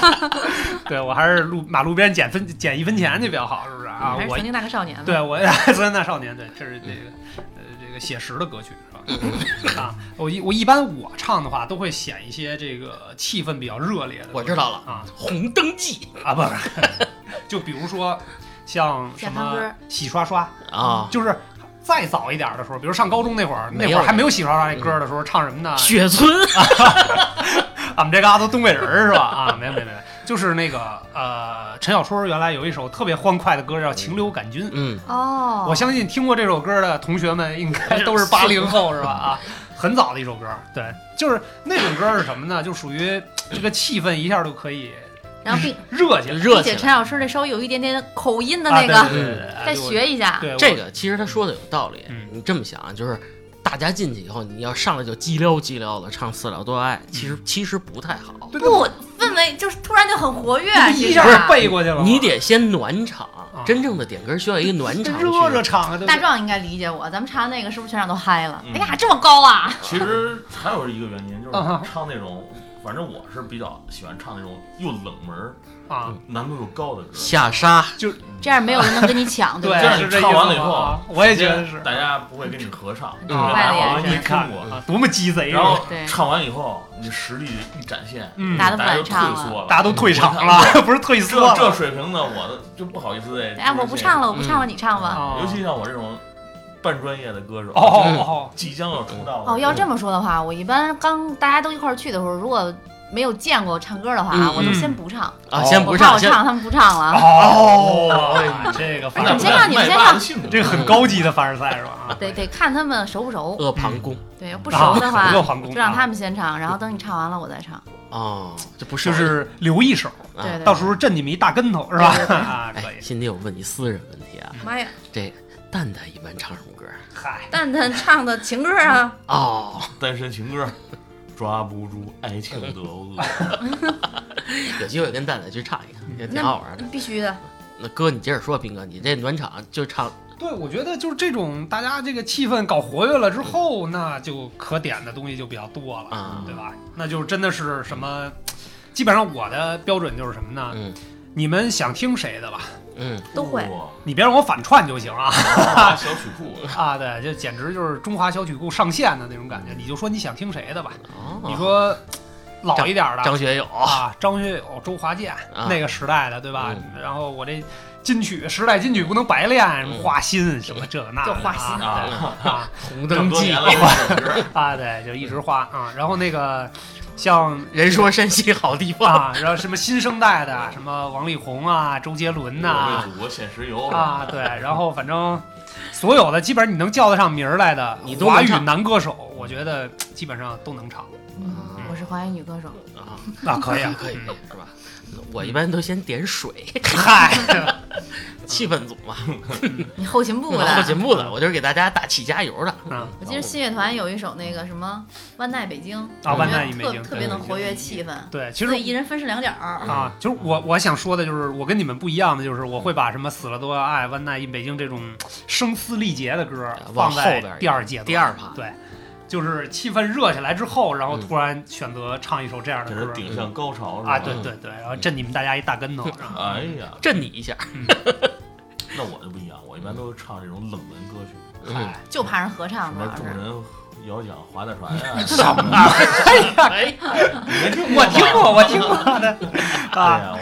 S1: 对我还是路马路边捡分捡一分钱去比较好，是不是啊
S4: 还？
S3: 嗯
S4: 是
S1: 我
S4: 曾经那个少年嘛。
S1: 对啊我也《森那少年》对，这是这个
S3: 嗯
S1: 呃这个写实的歌曲是吧？啊，我一我一般我唱的话都会选一些这个气氛比较热烈的歌。
S3: 我知道了，
S1: 啊
S3: 红灯
S1: *laughs*
S3: 记
S1: 啊不是，
S3: *laughs*
S1: 就比如说像什
S4: 小胖
S1: 么
S4: 墩
S1: 洗刷刷，
S3: 啊，
S1: 就是再早一点的时候，比如上高中那会儿，
S3: 没
S1: 那
S3: 有嗯
S1: 会儿还没有洗刷刷那歌的时候，唱什么呢？
S3: 雪村
S1: 俺们这嘎达都东北人儿是吧？啊，没有没有没有，就是那个呃，陈小春原来有一首特别欢快的歌叫《情流感菌》。
S3: 嗯，
S4: 哦，
S1: 我相信听过这首歌的同学们应该都是八零后是吧？啊，很早的一首歌，对，就是那种歌是什么呢？就属于这个气氛一下就可以
S4: 然后并
S1: 热起来。
S3: 热
S4: 并
S3: 起
S4: 且陈
S3: 来。
S4: 老师这稍微有一点点口音的
S1: 啊
S4: 那个，
S1: 对对对对对
S4: 再学一下，
S1: 对
S3: 这
S1: 个
S3: 个其实他说的有道理
S1: 哎嗯，
S3: 你这么想啊就是。大家进去以后，你要上来就叽撩叽撩的唱《四了多爱》，
S1: 嗯
S3: 其实其实不太好，
S1: 对
S4: 不氛围就是突然就很活跃，
S1: 一
S4: 其实
S1: 下
S4: 啊
S1: 就背过去了嘛，
S3: 你得先暖场
S1: 啊。
S3: 真正的点歌需要一个暖场去，
S1: 热热场啊，对不
S4: 大
S1: 对？
S4: 壮应该理解我，咱们唱完那个是不是全场都嗨了？
S2: 嗯
S4: 哎呀，这么高啊！
S2: 其实还有一个原因就是
S1: 啊哈
S2: 唱那种，反正我是比较喜欢唱那种又冷门儿、
S1: 啊，
S2: 难度又高的歌。
S3: 下沙
S4: 这样没有人能跟
S1: *laughs*
S4: 你抢，对不
S1: 对，
S2: 这
S4: 对？
S2: 样
S1: 是
S2: 你
S1: 这
S2: 唱完
S1: 意
S2: 了
S1: 思
S2: 以
S1: 吗
S2: 后
S1: 啊我也觉得是，
S2: 大家不会跟你合唱，
S3: 嗯
S2: 因为大家好像没听过。
S1: 啊，多么鸡贼
S2: 然
S1: 啊！
S2: 后唱完以后，你实力一展现，
S1: 嗯，
S4: 打
S1: 大
S4: 得
S2: 大家就退缩了，
S1: 家都退场了， *laughs* 不是退
S2: 这
S1: 缩
S2: 嗯这
S1: 了
S2: 水平呢，我都就不好意思哎。
S4: 哎呀，我不唱了，我不唱了，你唱吧。
S1: 啊
S2: 尤其像我这种半专业的歌手，
S1: 哦哦
S2: 即将要出道的
S4: 哦，要这么说的话，我一般刚大家都一块儿去的时候，如果没有见过唱歌的话，
S3: 嗯
S4: 我都
S1: 嗯
S4: 先不唱，
S3: 啊，
S1: 哦
S3: 先不
S4: 我怕
S3: 唱，
S4: 我
S3: 先
S4: 唱他们不唱
S1: 哦
S4: 了。
S2: 哎
S1: 哦，这个凡
S2: 那
S1: 尔
S2: 不
S1: 赛，
S4: 先让你们
S2: 麦
S4: 先
S2: 霸
S4: 让
S2: 的性质
S1: 这个很高级的凡尔赛是吧？啊
S4: 得得看他们熟不熟，
S3: 阿房宫
S4: 对，要不熟的
S1: 啊
S4: 话
S1: 左右，皇宫
S4: 就让他
S1: 们
S4: 们先唱，然后等你唱完了我再唱。
S3: 哦，这不是
S1: 就
S3: 我
S1: 是留一手，
S3: 啊
S4: 对对，
S1: 到时候震你们一大跟头是吧？
S4: 对对对
S1: 啊，可
S3: 哎，
S1: 以，
S3: 辛迪，我问你私人问题啊，
S4: 妈呀，
S3: 这蛋蛋一般唱什么啊歌？
S1: 嗨，
S4: 蛋蛋唱的情歌啊，
S3: 哦，
S2: 单身情歌，抓不住爱情的恶。
S3: 有机会跟蛋蛋去唱一唱，也挺好玩的。
S4: 必须的。
S3: 那哥，你接着说，斌哥，你这暖场就唱
S1: 对，我觉得就是这种大家这个气氛搞活跃了之后，那就可点的东西就比较多了，
S3: 啊
S1: 对吧？那就真的是什么，基本上我的标准就是什么呢？
S3: 嗯
S1: 你们想听谁的吧，
S3: 嗯，
S4: *laughs* 都会
S2: 哇
S1: 你别让我反串就行 *laughs* 啊
S2: 哇小曲库，
S1: 啊！对，就简直就是中华小曲库上线的那种感觉。你就说你想听谁的吧，
S3: 哦，
S4: 啊
S1: 你说老一点的
S3: 张学友，
S1: 啊，张学友、周华健、
S3: 啊
S1: 那个时代的，对吧？
S3: 嗯
S1: 然后我这金曲时代金曲不能白练，什么
S3: 嗯
S1: 花心什么这个那的
S4: 就花心
S1: 啊 *laughs* 对啊
S3: 红
S2: 这么
S3: 灯
S2: 多
S3: 记
S2: 年，了，这首
S1: *laughs*
S2: 歌
S1: 啊，对，就一直花啊。然后那个像
S3: 人说山西好地方，
S1: 啊，然后什么新生代的，什么王力宏啊、周杰伦呐、
S2: 我为祖国献石油，
S1: 啊，对，然后反正所有的基本上你能叫得上名儿来的
S3: 你都能
S1: 华语
S3: 唱
S1: 男歌手，我觉得基本上都能唱。
S4: 嗯我是华语女歌手，
S3: *laughs* 啊，
S1: 那可以啊，
S3: 可以，是吧？我一般都先点水，
S1: 嗨，
S3: 气氛组嘛，
S4: 你后勤部
S3: 嗯后
S4: 的。
S3: 节目的，我就是给大家打气加油的。
S1: 嗯，
S4: 我记得信乐团有一首那个什么《万代北京》，
S1: 啊，
S3: 嗯
S1: 万代
S4: 我
S1: 一
S4: 觉
S1: 美
S4: 得
S1: 京，
S4: 特特别能活跃气氛，
S1: 对，其
S4: 所
S1: 实
S4: 以一人分饰两角儿。
S1: 啊，就是我我想说的就是，我跟你们不一样的就是，我会把什么死了都要爱、万代 in 北京这种声嘶力竭的歌
S3: 呃往
S1: 放在
S3: 后边儿
S1: 第二阶段，
S3: 第二趴
S1: 对，就是气氛热起来之后，然后突然选择唱一首这样
S2: 这
S1: 的歌
S2: 是顶向高潮是吧
S1: 啊，对对对，然后震你们大家一大跟头，然后
S2: 哎呀，
S3: 震你一下，
S2: 那我就不一样，我一般都唱这种冷门歌曲，
S3: 嗯，
S4: 就怕人合唱，
S2: 什
S4: 主
S2: 么
S4: 要
S2: 众
S4: 是。
S2: 人摇桨划大
S1: *laughs*
S2: 船啊，
S1: 什么？
S3: 哎，
S2: 你没听过
S1: 我
S2: 吗
S1: 听过，我听过
S2: *laughs*
S1: 的
S2: 对
S1: 啊，
S2: 哎呀，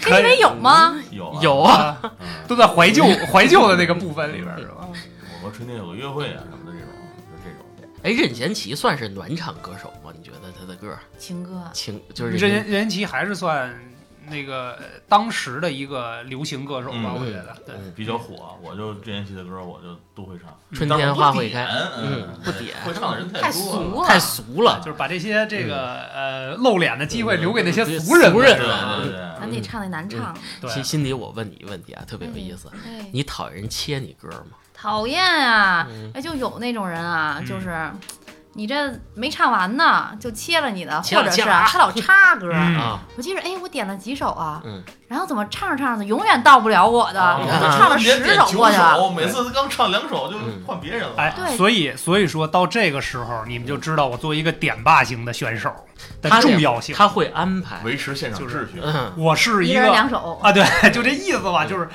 S1: 可以
S4: KTV 有吗？
S2: 我有啊
S1: *laughs*
S3: *laughs* 有啊，
S1: 啊，
S2: 嗯
S1: 都在怀旧 *laughs* 怀旧的那个部分里边是吧？
S2: 我和春天有个约会啊什么的这种，就这种。
S3: 哎，任贤齐算是暖场歌手吗？你觉得他的歌
S4: 情歌，
S3: *laughs*
S1: 嗯
S3: 情就是
S1: 任贤任贤齐还是算那个呃当时的一个流行歌手吧，
S2: 嗯
S1: 我觉得。对，
S2: 比较火，啊我就之前记的歌我就都会唱，
S3: 春天花会开
S2: 但是不点
S3: 嗯不点
S2: 会唱的人多
S4: 太
S2: 了。
S4: 俗了，
S3: 太俗了
S1: 就。是把这些这个呃露脸的机会留给那些
S3: 啊嗯对
S1: 俗人
S3: 俗
S1: 们。
S3: 人
S2: 对
S4: 啊
S2: 对对，
S4: 咱得唱那难唱。
S1: 对，嗯
S3: 心心里我问你一个问题啊，特别有意思，
S4: 哎，
S3: 你讨厌人切你歌吗？
S4: 讨厌啊
S3: 嗯！
S4: 哎，就有那种人啊
S1: 嗯，
S4: 就是你这没唱完呢，就切了你的，
S3: 切了
S4: 或者
S3: 切
S4: 是
S3: 了啊
S4: 啊他老插歌。
S1: 嗯
S3: 啊，
S4: 我记着，哎，我点了几首啊
S3: 嗯，
S4: 然后怎么唱着唱着永远到不了我的，
S2: 啊
S4: 我就唱了
S2: 连
S4: 十
S2: 点
S4: 首
S2: 九
S4: 过去了。嗯
S2: 每次刚唱两首就
S3: 嗯
S2: 换别人了。
S1: 哎，
S4: 对
S1: 所以所以说到这个时候，你们就知道我作为一个点霸型的选手的
S3: 他
S1: 重要性。
S3: 他会安排。
S2: 维持现场秩序，
S3: 嗯，
S1: 我是一
S4: 一人
S1: 个
S4: 两首，
S1: 啊，对， *laughs* 就这意思吧，就是。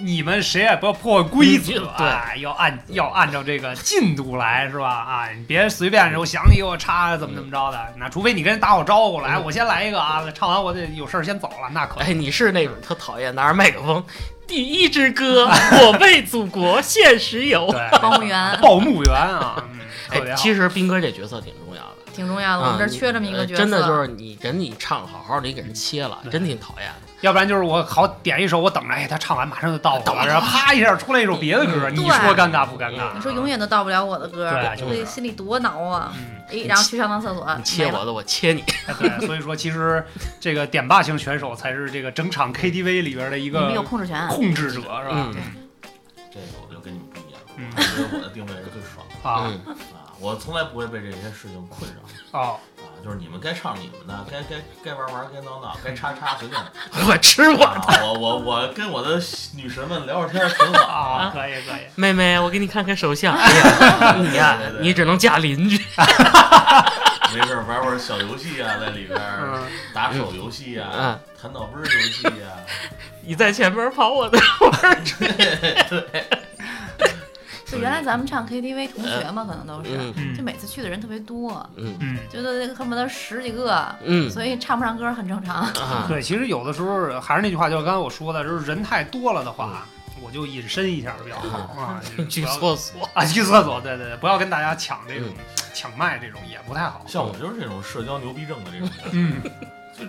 S1: 你们谁也不要破坏规
S3: 嗯
S1: 则，
S3: 对
S1: 哎要按要按照这个进度来，是吧？啊，你别随便，我想你给我插怎么怎么着的，那除非你跟人打好招呼，来，
S3: 嗯
S1: 我先来一个啊，唱完我得有事儿先走了，那可以。
S3: 哎，你是那种特讨厌拿着麦克风，第一支歌我为祖国献石油。
S1: 对，
S4: 公务员
S1: 报幕员啊，嗯特别
S3: 哎，
S1: 好。
S3: 其实斌哥这角色挺重要的。
S4: 挺重要的，我
S3: 啊
S4: 们这儿缺这么一个
S3: 呃
S4: 角色。
S3: 真的就是你人你唱好好的，你给人切了，
S1: 对
S3: 真挺讨厌的。
S1: 要不然就是我好点一首，我等着，哎，他唱完马上就到我
S3: 到
S1: 了，
S3: 了
S1: 然后啪一下出来一首别的歌，
S3: 嗯
S1: 你
S4: 对
S1: 说尴尬不尴尬？啊
S4: 你说永远都到不了我的歌，
S1: 对就是
S4: 这心里多挠啊！
S1: 嗯，哎
S4: 哎，然后去上趟厕所，
S3: 你切
S4: 没了
S3: 我的，我切你。
S1: 对，所以说其实这个点霸型选手才是这个整场 KTV 里边的一
S4: 你们有
S1: 个
S4: 控制权。
S1: 控制者，是吧？
S3: 嗯
S2: 这个我就跟你们不一样，
S1: 嗯
S2: 我觉得我的定位是最爽
S1: 啊
S3: 嗯，
S2: 的啊！我从来不会被这些事情困扰
S1: 哦，
S2: 啊！就是你们该唱你们的，该该该玩玩，该闹闹，该插插随便。
S3: 我吃我
S2: 啊我我我跟我的女神们聊会儿天儿挺好
S1: 啊
S2: 啊，，
S1: 可以可以，
S3: 妹妹，我给你看看
S1: *laughs*
S3: 手相。哎呀， *laughs* 你呀
S2: 对对，对
S3: 你只能嫁邻居。
S2: 没事儿玩会儿小游戏啊，在里边儿
S1: 嗯，
S2: 打手游戏啊
S3: 嗯，
S2: 弹脑杯儿游戏啊，
S3: 你在前边跑，我在后边追。
S4: 就原来咱们唱 KTV 同学嘛，可能都是，
S3: 嗯
S4: 就每次去的人特别多，
S3: 嗯
S1: 嗯。
S4: 觉得恨不得十几个，
S3: 嗯 *laughs*
S4: 所以唱不上歌很正常。
S3: 啊，
S1: 对，其实有的时候还是那句话，就刚才我说的，就是人太多了的话，我就隐身一下比较好啊。
S3: *laughs* 去
S1: 不要
S3: 厕所。
S1: 啊，去厕所，对对对，不要跟大家抢这种抢麦这种也不太好。
S2: 像我就是这种社交牛逼症的这种人。
S1: 嗯
S2: 就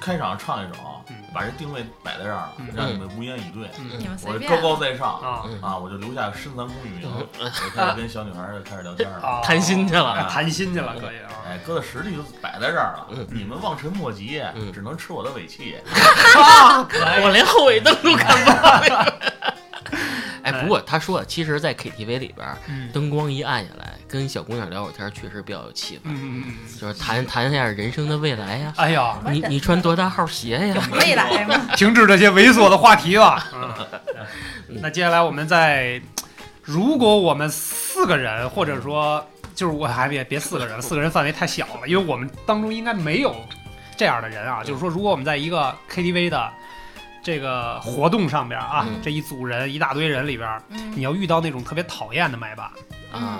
S2: 开场唱一首啊
S1: 嗯，
S2: 把这定位摆在这儿了
S1: 嗯，
S2: 让你们无言以对。
S1: 嗯
S4: 你们随
S2: 我
S4: 便
S2: 高高在上
S1: 啊
S3: 嗯
S2: 啊，我就留下深藏功与名，我开始跟小女孩儿开始聊天了。
S1: 啊，
S3: 谈心去了。
S1: 啊，谈心去了，可以啊。
S2: 哎，哥的实力就摆在这儿了
S3: 嗯，
S2: 你们望尘莫及
S3: 嗯，
S2: 只能吃我的尾气。
S1: 啊，可以
S3: 我连后尾灯都看不到。 *laughs* 哎，不过他说啊，其实，在 KTV 里边，
S1: 嗯
S3: 灯光一暗下来，跟小姑娘聊会天儿确实比较有气氛，
S1: 嗯嗯，嗯
S3: 就是谈谈一下人生的未来呀。
S1: 哎呀，
S3: 你你穿多大号鞋呀？啊
S1: *laughs*
S4: 未来嘛，
S1: 停止这些猥琐的话题吧。嗯，那接下来我们再，如果我们四个人，或者说就是我还别别四个人，四个人范围太小了，因为我们当中应该没有这样的人啊。就是说，如果我们在一个 KTV 的这个活动上边啊，
S3: 嗯
S1: 这一组人一大堆人里边，
S4: 嗯
S1: 你要遇到那种特别讨厌的麦霸，
S3: 啊，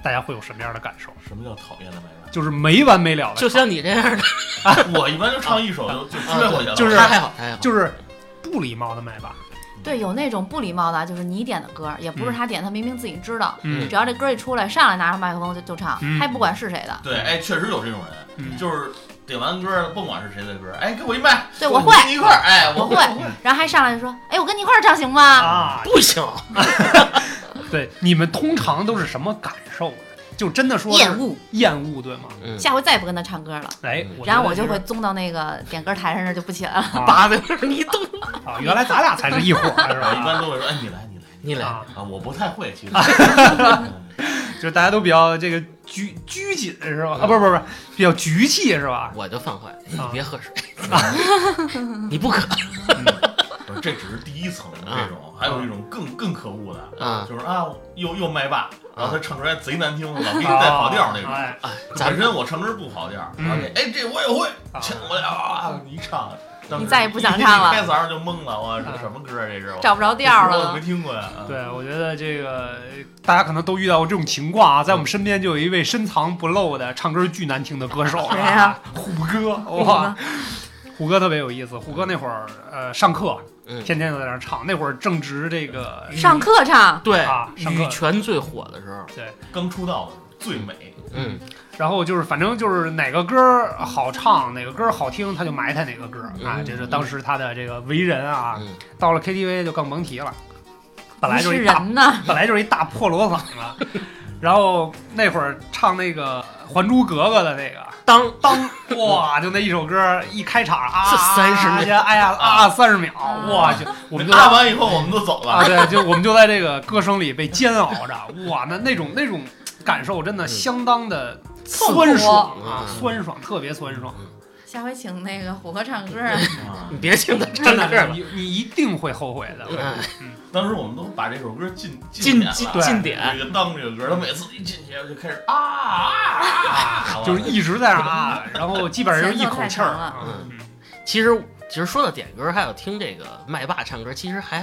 S1: 大家会有什么样的感受？
S2: 什么叫讨厌的麦
S1: 就是没完没了的，
S3: 就像你这样的，
S2: 霸？ *laughs* 我一般就唱一首就就追回去了。
S1: 啊
S2: 啊
S1: 就是
S3: 他还好，他还好，
S1: 就是不礼貌的麦霸。
S4: 对，有那种不礼貌的，就是你点的歌，也
S3: 嗯
S4: 不是他点，他明明自己知道，
S1: 嗯
S4: 只要这歌一出来，上来拿着麦克风就就唱
S1: 嗯，
S4: 还不管是谁的。
S2: 对，哎，确实有这种
S1: 嗯
S2: 人，就是点完歌了，甭管是谁的歌，哎，给我一麦，
S4: 对
S2: 我
S4: 我会
S2: 跟你一块儿，哎，
S4: 我
S2: 我
S4: 会，然后还上来就说：“哎，我跟你一块儿唱行吗
S1: 啊，
S3: 不行，
S1: 对，你们通常都是什么感受呢？就真的？”说是
S4: 厌恶，
S1: 厌恶，对吗？
S3: 嗯，
S4: 下回再也不跟他唱歌了。
S1: 哎，
S3: 嗯
S1: 我觉得
S4: 然后我就是会钻到那个点歌台上那儿就不起来了。
S1: 啊
S3: 八的你动，
S1: 啊，原来咱俩才是一伙儿，是
S2: 我 *laughs*
S1: 吧？
S2: 一般都会说，哎，你来，你来。
S3: 你来，
S1: 啊，
S2: 啊，我不太会，其实。嗯
S1: 就是大家都比较这个拘拘谨，是吧？
S2: 嗯
S1: 啊，不是不是不是，比较局气，是吧？
S3: 我就犯坏，哎你
S1: 啊
S3: 别喝水， *laughs* 你不渴，
S2: 不是，这只是第一层这
S1: 啊
S2: 种，还有一种更更可恶的
S3: 啊，
S2: 就是啊，又又麦霸，然后他唱出来贼难听，老给你带
S1: 啊
S2: 跑调那种。
S1: 哎，
S3: 咱
S2: 本
S3: 们
S2: 身我唱歌不跑调，
S1: 嗯
S2: 然后这哎这我也会
S1: 啊，
S2: 请我俩啊，你唱，当时
S4: 你再也不想唱了
S2: 一开嗓儿就懵了，我
S1: 啊
S2: 这什么歌啊这是？我
S4: 找不着调儿
S2: 这歌我
S4: 了
S2: 没。听过呀。啊，
S1: 对，我觉得这个大家可能都遇到过这种情况啊，在我们身边就有一位深藏不露的唱歌巨难听的歌手，
S4: 谁呀？
S1: 虎哥，哇，虎哥特别有意思。虎哥那会儿呃上课，
S3: 嗯，
S1: 天天就在那儿唱，那会儿正值这个
S4: 上课唱，
S3: 对
S1: 啊，上课
S3: 羽泉最火的时候，
S2: 刚出道的时最美。
S3: 嗯，
S1: 然后就是反正就是哪个歌儿好唱，哪个歌儿好听，他就埋汰哪个歌儿啊，
S3: 嗯
S1: 这是当时他的这个为人啊。
S3: 嗯
S1: 到了 KTV 就更甭提了，本来
S4: 你
S1: 就是是一大
S4: 人呢，
S1: *laughs* 本来就是一大破锣嗓子，然后那会儿唱那个《还珠格格》的那个。
S3: 当 *laughs*
S1: 当哇，就那一首歌一开场啊，
S3: 这30秒
S1: 先哎呀啊，三十秒，哇，就我们就
S2: 按完以后我们就走
S1: 啊，
S2: 了。
S1: 对，就我们就在这个歌声里被煎熬着，哇，那那种那种感受真的相当的酸爽啊，
S3: 嗯
S1: 酸爽，特别酸爽，
S4: 下回请那个虎哥唱
S1: *laughs*
S4: 歌啊，
S2: 啊
S3: 你别 *laughs* 听他唱
S1: 真
S3: 歌
S1: 的，
S3: 了，
S1: 你你一定会后悔的。
S3: 嗯
S2: 当时我们都把这首歌进
S3: 进
S2: 点
S3: 进
S2: 了。
S1: 对
S3: 进
S2: 有
S3: 点，
S2: 一个当这个歌，他每次一进去就开始啊啊啊，
S1: 就是一直在那啊，然后基本上就是一口气儿啊。
S3: 嗯其实其实说到点歌，还有听这个麦霸唱歌，其实还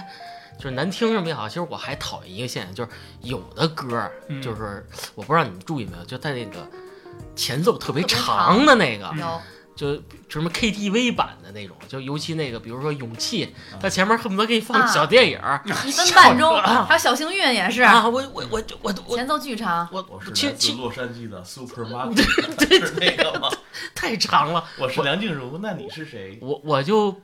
S3: 就是难听什么也好，其实我还讨厌一个现象，就是有的歌，
S1: 嗯
S3: 就是我不知道你们注意没有，就在那个前奏特别
S4: 特别
S3: 长嗯的那个，
S4: 有
S3: 就就什么 KTV 版的那种，就尤其那个，比如说《勇气》，
S2: 啊
S3: 它前面恨不得给你放
S4: 啊
S3: 小电影儿
S4: 一分
S1: *laughs*
S4: 半钟，
S3: 笑死了
S4: 还有小幸运也是，
S3: 啊，我我我我我
S4: 前奏巨长，
S3: 我
S2: 我
S3: 我
S2: 是来
S3: 其
S2: 自
S3: 其
S2: 洛杉矶的 Super Market，是那个吗？
S3: 太长了，
S2: 我是梁静茹，那你是谁？
S3: 我我就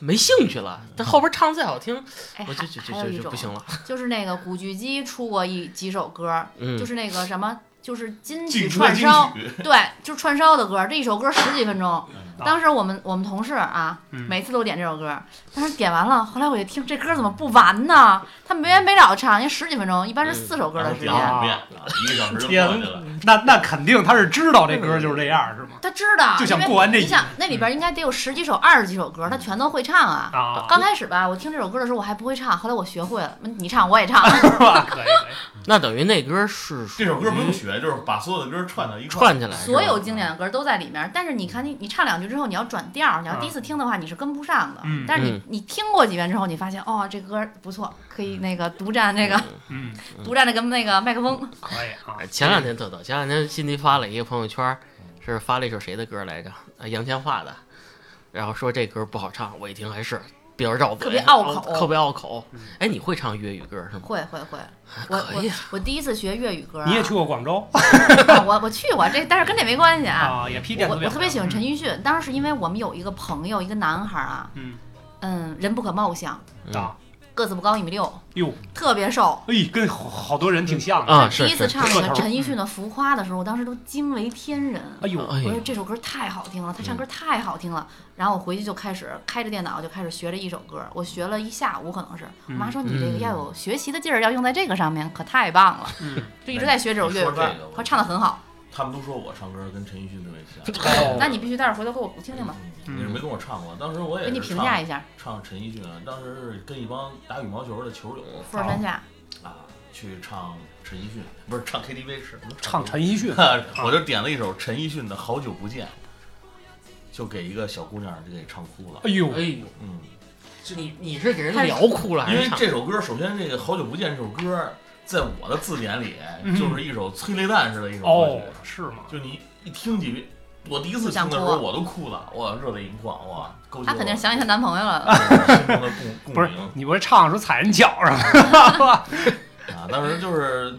S3: 没兴
S2: *laughs*
S3: 趣了。但后边唱再好听，
S4: 哎，
S3: 我
S4: 还
S3: 就就
S4: 还有一
S3: 就就
S4: 种
S3: 不行了。
S4: 就是那个古巨基出过一几首歌，
S3: 嗯，
S4: 就是那个什么，就是金曲
S2: 进出
S4: 串
S2: 金
S4: 烧，
S2: 曲，
S1: *laughs*
S4: 对，就是串烧的歌，这一首歌十几分钟。
S1: 嗯
S4: 当时我们我们同事啊，
S1: 嗯
S4: 每次都点这首歌，当时点完了，后来我一听这歌怎么不完呢？他没完没了唱，人家十几分钟，一般是四首歌
S2: 然后
S4: 的时
S2: 第
S4: 间。
S1: 啊
S2: 二遍，一个小时就过去了。
S1: 那那肯定他是知道这歌就是这样，是吗？
S4: 他知道，
S1: 就想
S4: 因为
S1: 过完这
S4: 你
S1: 瘾
S4: 想那里边应该得有十几首、二十几首歌，他全都会唱啊。
S1: 啊，
S4: 刚开始吧，我听这首歌的时候我还不会唱，后来我学会了，你唱我也唱，
S1: *laughs* 是吧？可以，可以
S3: 那等于那歌是
S2: 这首歌不用学，就是把所有的歌串到一块儿。
S3: 串起来，
S4: 所有经典的歌都在里面。但是你看你你唱两句之后，你要转调，你要第一次听的话，你是跟不上的。
S1: 嗯
S4: 但是你
S3: 嗯
S4: 你听过几遍之后，你发现哦，这歌不错，可以那个独占这个
S1: 嗯，
S4: 独占这个那个麦克
S1: *laughs*
S4: 风。
S1: 可以啊
S3: 哎。前两天特逗，前两天辛迪发了一个朋友圈，是发了一首谁的歌来着？啊，杨千嬅的。然后说这歌不好唱，我一听还是比较绕嘴，
S4: 特别拗口
S3: 特别拗口
S1: 嗯。
S3: 哎，你会唱粤语歌是吗？
S4: 会会会，我
S3: 可以
S4: 我我第一次学粤语歌啊，
S1: 啊你也去过广州
S4: 啊 *laughs* 我我去过这，但是跟这没关系啊。
S1: 啊？也批
S4: 我
S1: 电子表
S4: 我特别喜欢陈奕迅，当时是因为我们有一个朋友，一个男孩啊，
S1: 嗯
S4: 嗯，人不可貌相，
S1: 嗯啊，
S4: 个子不高，一米六，
S1: 哟，
S4: 特别瘦。
S1: 哎，跟好好多人挺像的。
S3: 啊，
S4: 第
S3: 是
S4: 一
S3: 是。
S4: 次唱那
S1: 个
S4: 个
S1: 头嗯
S4: 陈奕迅的《浮夸》的时候，我当时都惊为天人。
S1: 哎呦，
S3: 哎嗯
S4: 我说
S3: 呦，
S4: 这首歌太好听了，他唱歌太好听了。然后我回去就开始开着电脑就开始学这一首歌，我学了一下午，可能是。我妈
S1: 嗯
S4: 说你这个
S3: 嗯
S4: 要有学习的劲儿，要用在这个上面，可太棒了，
S1: 嗯，
S4: 就一直在学这首粤语歌
S2: 你说这个，我
S4: 她唱的很好。
S2: 他们都说我唱歌跟陈奕迅特别像，
S1: 哦
S4: 那你必须待会儿回头给我听听吧，
S2: 嗯你是没跟我唱过，当时我也
S4: 给
S2: 是
S4: 你评价一下
S2: 唱唱陈奕迅，啊当时是跟一帮打羽毛球的球友
S4: 《富士山下
S2: 啊去唱陈奕迅，不是唱 KTV 是
S1: 唱陈奕迅
S2: *laughs* 我就点了一首陈奕迅的《好久不见》，就给一个小姑娘就给唱哭了。
S1: 哎呦
S3: 哎，呦，
S2: 嗯，
S3: 你你是给人
S4: 太
S3: 聊哭了还
S2: 因为
S3: 是唱？
S2: 这首歌，首先这个《好久不见》这首歌，在我的字典里就是一首催泪弹似的一首歌
S1: 哦
S2: 曲，，
S1: 是吗？
S2: 哎就你一听几遍，我第一次听的时候我都哭了，哇，热泪盈眶，哇，勾起
S4: 她
S2: 了
S4: 啊肯定
S2: 我
S4: 是想起她男朋友了。
S2: *laughs* 心中的
S1: 不
S2: 共共
S1: 是
S2: 鸣
S1: 你不是唱的时候踩人脚上了？
S2: *laughs* 啊！当时就是，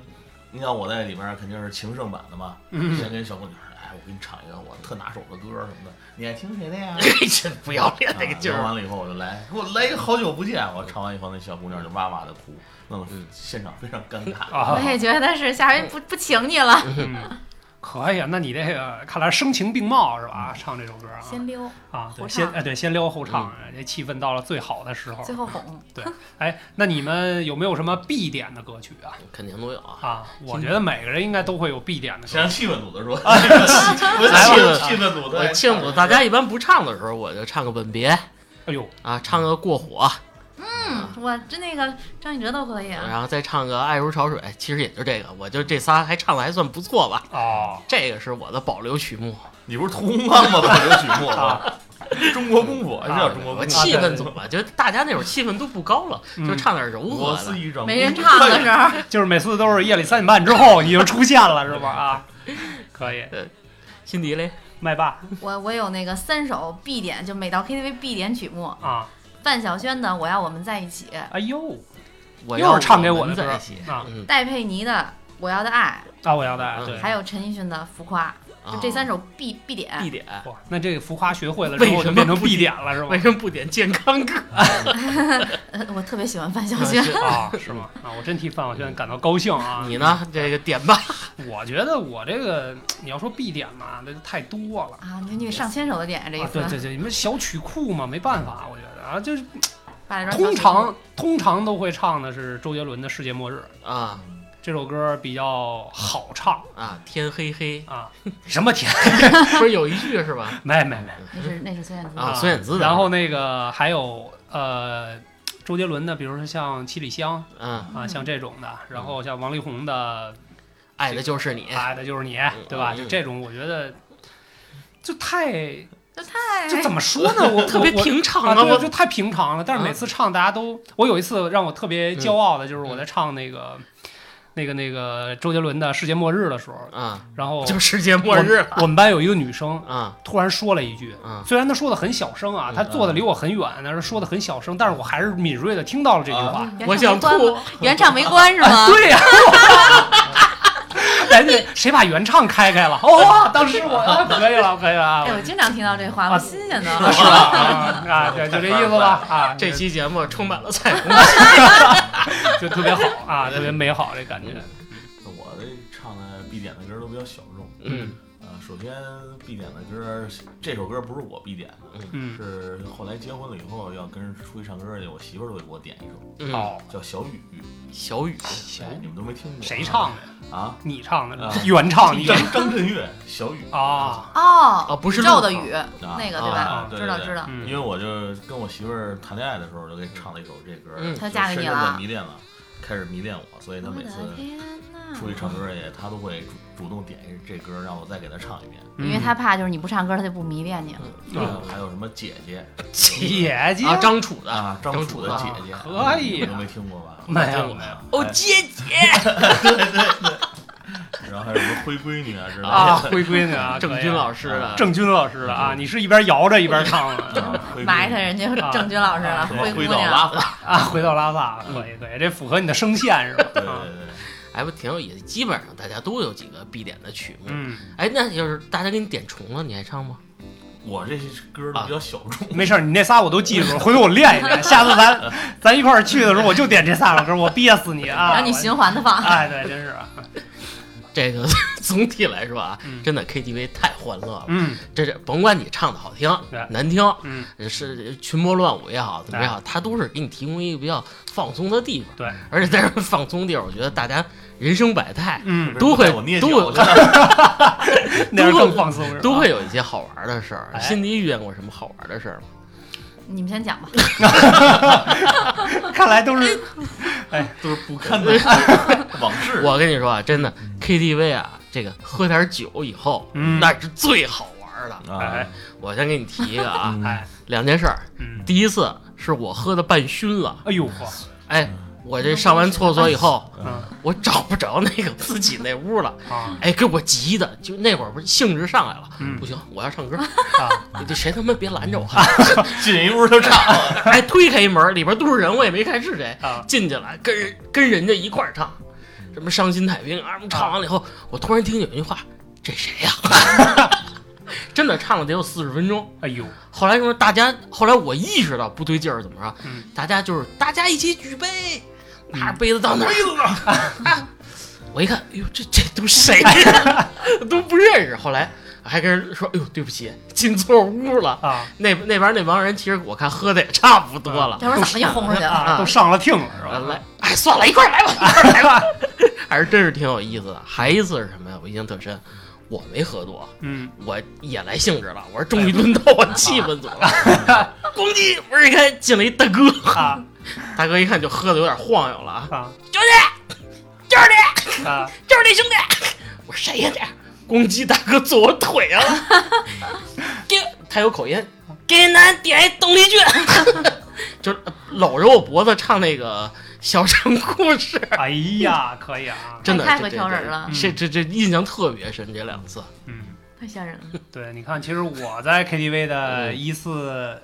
S2: 你想我在里面肯定是情圣版的嘛，
S1: 嗯， *laughs*
S2: 先跟小姑娘说，哎，我给你唱一个我特拿手的歌什么的，你爱听谁的
S3: *laughs*
S2: 呀？
S3: 这不要脸那个劲
S2: 啊聊
S3: 儿，
S2: 完了以后我就来，给我来一个好久不见。我唱完以后，那小姑娘就哇哇的哭，弄得
S3: 嗯
S2: 现场非常尴尬。
S1: 啊
S2: *laughs*
S4: 我也觉得是，下回不不请你了，
S1: 嗯可以啊，那你这个看来是生情并茂是吧？唱这首歌啊，
S4: 嗯先溜，
S1: 啊，对，
S4: 后
S1: 先
S4: 唱
S1: 哎对，先撩后唱，哎这气氛到了最好的时候
S4: 最。后
S2: *laughs*
S4: 哄。
S1: 哎，那你们有没有什么必点的歌曲啊？
S3: 肯定都有啊。
S1: 啊，我觉得每个人应该都会有必点的
S2: 先
S1: 歌
S2: 让气氛组的说，
S3: 啊
S2: *laughs* 我气气氛组的，
S3: 我庆祝大家一般不唱的时候，我就唱个吻别
S1: 哎呦，
S3: 啊，唱个过火，
S4: 嗯，我这那个张信哲都可以
S2: 哎
S4: 啊。
S3: 然后再唱个爱如潮水，其实也就这个，我就这仨还唱的还算不错吧。
S1: 哦，
S3: 这个是我的保留曲目，
S2: *laughs* 你不是屠洪刚吗？保留曲目吗？中国功夫，这叫中国
S3: 啊
S2: 功夫。
S3: 我气氛组吧，就大家那会儿气氛都不高了，
S1: 嗯
S3: 就唱点柔
S2: 啊
S3: 和
S2: 我是
S3: 的。
S2: 一张
S4: 没人唱的时候，
S1: 就是每次都是夜里三点半之后你就出现了是吧？啊，可以，
S3: 辛迪嘞，
S1: 麦霸
S4: 我我有那个三首必点，就每到 KTV 必点曲目。
S1: 啊，
S4: 范晓萱的《我要我们在一起》，
S1: 哎呦，
S3: 我
S1: 又
S3: 要
S1: 是唱给我
S3: 们
S1: 的歌
S3: 在
S1: 儿
S3: 一起。
S1: 啊，
S3: 嗯，
S4: 戴佩妮的《我要的爱，
S1: 啊，我要的爱，
S3: 嗯
S1: 对，
S4: 还有陈奕迅的《浮夸》，就这三首必必点。
S3: 哦必啊点，
S1: 哇，那这个浮夸学会了之
S3: 为
S1: 后
S3: 什
S1: 就
S3: 么
S1: 变成
S3: 不
S1: 必点了是
S3: 为
S1: 吗？
S3: 什么不点健康歌？
S4: 呃， *laughs* 我特别喜欢范晓萱，
S1: 啊，是吗？啊，我真替范晓萱感到高兴啊！
S3: 你呢？这个点吧，
S1: 我觉得我这个你要说必点嘛，那就太多了。
S4: 啊，你你上千首的点呀，这一
S1: 啊，
S4: 次
S1: 对对对，你们小曲库嘛，没办法，我觉得啊，就是
S4: 把这张
S1: 通
S4: 小
S1: 常通常都会唱的是周杰伦的《世界末日》
S3: 啊
S1: 这首歌比较好唱
S3: 啊，天黑
S4: *laughs*
S3: 黑， *laughs*
S1: 啊。什么天？
S3: 不是有一句是吧？
S1: 没没没
S4: 那是那是孙燕姿
S3: 啊孙燕姿的
S1: 然后那个还有呃，周杰伦的，比如说像《七里香》
S3: 嗯，
S1: 啊，
S4: 嗯
S1: 像这种的，然后像王力宏的
S3: 爱的就是你
S1: 《爱的就是你》，对吧？
S3: 嗯
S1: 就这种，我觉得就太
S4: 就太
S1: 就怎么说呢？
S3: *laughs*
S1: 我
S3: 特别
S1: 我我
S3: 平常
S1: 啊，
S3: 啊，
S1: 对，
S3: 我啊
S1: 就太平常了。但是每次唱，大家都，我有一次让我特
S3: 嗯
S1: 别骄傲的，就是我在唱那个、那个、那个周杰伦的《世界末日》的时候，
S3: 啊，
S1: 然后
S3: 就世界末日了
S1: 我们班有一个女生
S3: 啊
S1: 突然说了一句，
S3: 啊
S1: 虽然她说的很小声啊，
S3: 嗯
S1: 她坐的离我很远，但是说的很小声，但是我还是敏锐的听到了这句话。哎
S4: 原
S3: 我
S4: 唱
S3: 想
S4: 没关
S3: 吐
S4: 吗，原唱没关是吗？
S1: 啊对呀、 *laughs* 人家谁把原唱开开了？哦，当时我、啊、可以了，可以了啊，
S4: 哎，我经常听到这话，
S1: 啊
S4: 我新鲜的。
S1: 是吧？啊，啊对，就这意思吧。啊，
S3: 这期节目充满了彩虹。
S1: 就特别好啊，特别美好这感觉。
S2: 我这唱的必点的歌都比较小众。
S3: 嗯
S2: 呃，首先必点的歌，这首歌不是我必点的，
S1: 嗯，
S2: 是后来结婚了以后要跟人出去唱歌去，我媳妇儿都会给我点一首，
S3: 嗯，
S1: 好，
S2: 叫《小雨
S3: 小雨》，
S1: 嗯小
S2: 哎你们都没听过？
S1: 谁唱的？
S2: 啊？
S1: 你唱的
S3: 嗯
S2: 啊，
S1: 原唱你
S3: *laughs*
S2: 张张震岳《小雨》
S1: 啊，
S4: 哦
S3: 啊不是
S4: 宇宙
S3: 鹿
S4: 的
S3: 港
S4: 雨，
S2: 啊
S4: 那个对
S2: 啊
S4: 吧？
S2: 对
S4: 知道
S2: 对
S4: 知道。
S1: 嗯
S2: 因为我就跟我媳妇儿谈恋爱的时候，就给唱了一首这歌，
S3: 嗯
S4: 她嫁给你
S2: 就深深
S4: 了哦
S2: 地迷恋了，开始迷恋我，所以她
S4: 我
S2: 每
S4: 的
S2: 次
S4: 天呐
S2: 出去唱歌去，她都会主主动点一这歌，让我再给她唱一遍。
S1: 嗯
S4: 因为他怕就是你不唱歌，他就不迷恋你了。
S2: 啊，还有什么姐姐
S1: 姐姐
S3: 啊，张楚的，
S2: 啊，
S3: 张
S2: 张
S3: 楚
S2: 楚的
S3: 的
S2: 姐姐，
S1: 可以
S2: 你们
S1: 啊
S2: 都没听过吧？
S1: 没有
S2: 没有。
S3: 哦，
S2: 哎
S3: 姐姐，
S2: 然后还有什么灰闺女啊之类
S3: 哦
S1: 啊，
S3: *laughs*
S2: 的。
S1: 灰闺女啊，
S3: 郑钧老师嗯的，
S1: 郑钧老师的啊，你是一边摇着一边唱
S3: 嗯
S1: 的
S2: 灰闺女
S4: 埋汰人家
S1: 啊
S4: 郑钧老师了，
S2: 什么
S4: 灰姑
S2: 灰到拉
S4: 娘。
S2: 萨，
S1: 啊，回到拉萨，
S3: 嗯
S1: 可以可以，这符合你的声线是吧？
S2: 对对
S1: 啊
S2: 对对，
S3: 哎，不挺有意思。基本上大家都有几个必点的曲目。
S1: 嗯，
S3: 哎，那要是大家给你点重了，你还唱吗？
S2: 我这些歌
S3: 啊
S2: 都比较小众，
S1: 没事儿，你那仨我都记住了，回头我练一练，下次咱
S3: *laughs*
S1: 咱一块儿去的时候我就点这仨老歌，我憋死你啊！
S4: 然后你循环的
S1: 我，
S4: 放，
S1: 哎，对，真是啊，
S3: 这个 *laughs* 总体来说啊，
S1: 嗯
S3: 真的 KTV 太欢乐了。
S1: 嗯
S3: 这这甭管你唱的好听
S1: 对啊
S3: 难听，
S1: 嗯，
S3: 是群魔乱舞也好，怎么也好，它都是给你提供一个比较放松的地方。
S1: 对，
S3: 而且在这放松地儿，我觉得大家人生百态，
S1: 嗯，
S3: 都会
S2: 我捏脚
S3: 都会
S2: 去了，
S1: 那样更放松是吧？
S3: 都会有一些好玩的事儿。
S1: 啊哎
S3: 辛迪遇见过什么好玩的事儿吗？
S4: 你们先讲吧。
S1: 看来都是
S2: 都是不
S3: *laughs*
S2: 堪的往事。
S3: 我跟你说啊，真的 KTV 啊，这个喝点酒以后，
S1: 嗯
S3: 那是最好玩的。
S2: 啊，
S3: 我先给你提一个哎啊，
S2: 嗯
S1: 哎，
S3: *laughs* 两件事儿。
S1: 嗯，
S3: 第一次是我喝的半醺了，
S1: 哎呦呵，
S3: 哎，我这上完厕所以后，
S1: 嗯
S3: 我找不着那个自己那屋了，
S1: 啊
S3: 哎，给我急的，就那会儿不是兴致上来了，
S1: 嗯
S3: 不行，我要唱歌，
S1: 啊，
S3: *laughs* 这谁他妈别拦着我， *laughs* 嗯
S2: 进一屋就唱，
S3: 哎，推开一门，里边都是人，我也没看是谁
S1: 啊，
S3: 进去了，跟人跟人家一块儿唱，什么伤心太平啊，什么唱完了以后，我突然听见有一句话，这谁呀、 *laughs* 真的唱了得有四十分钟，
S1: 哎呦，
S3: 后来说大家，后来我意识到不对劲儿，怎么着？
S1: 嗯
S3: 大家就是大家一起举杯，
S1: 嗯
S3: 拿着杯子到那儿，啊我一看，哎呦，这这
S1: *laughs*
S3: 都谁 *laughs* 呀？都不认识。后来还跟人说，哎呦，对不起，进错屋了。
S1: 啊
S3: 那那边那帮人，其实我看喝的也差不多了。
S4: 这会儿怎么就轰出去了？
S1: 啊，都上了听了是
S3: 呃
S1: 吧？
S3: 来，哎，算了，一块儿来吧，一块儿来吧， *laughs* 还是真是挺有意思的。还一次是什么呀？我印象特深，我没喝多， *laughs*
S1: 嗯，
S3: 我也来兴致了，我说终于轮到我气氛组 *laughs* 了。咣叽，我一看进来一大哥，
S1: 啊
S3: 大哥一看就喝的有点晃悠了啊，
S1: 啊
S3: 兄弟，就是你，
S1: 啊，
S3: 就是你兄弟，我说谁呀这？咣叽，大哥坐我腿上了， *laughs* 给他有口音，给咱点一邓丽君， *laughs* 就是搂着我脖子唱那个小城故事，
S1: 哎呀，可以啊，
S3: 真的
S4: 太
S3: 这
S4: 会
S3: 这
S4: 挑人了
S3: 这这这印象特别深，这两次
S1: 嗯，
S4: 太吓人了。
S1: 对，你看，其实我在 KTV 的
S3: 嗯
S1: 一次，
S3: 嗯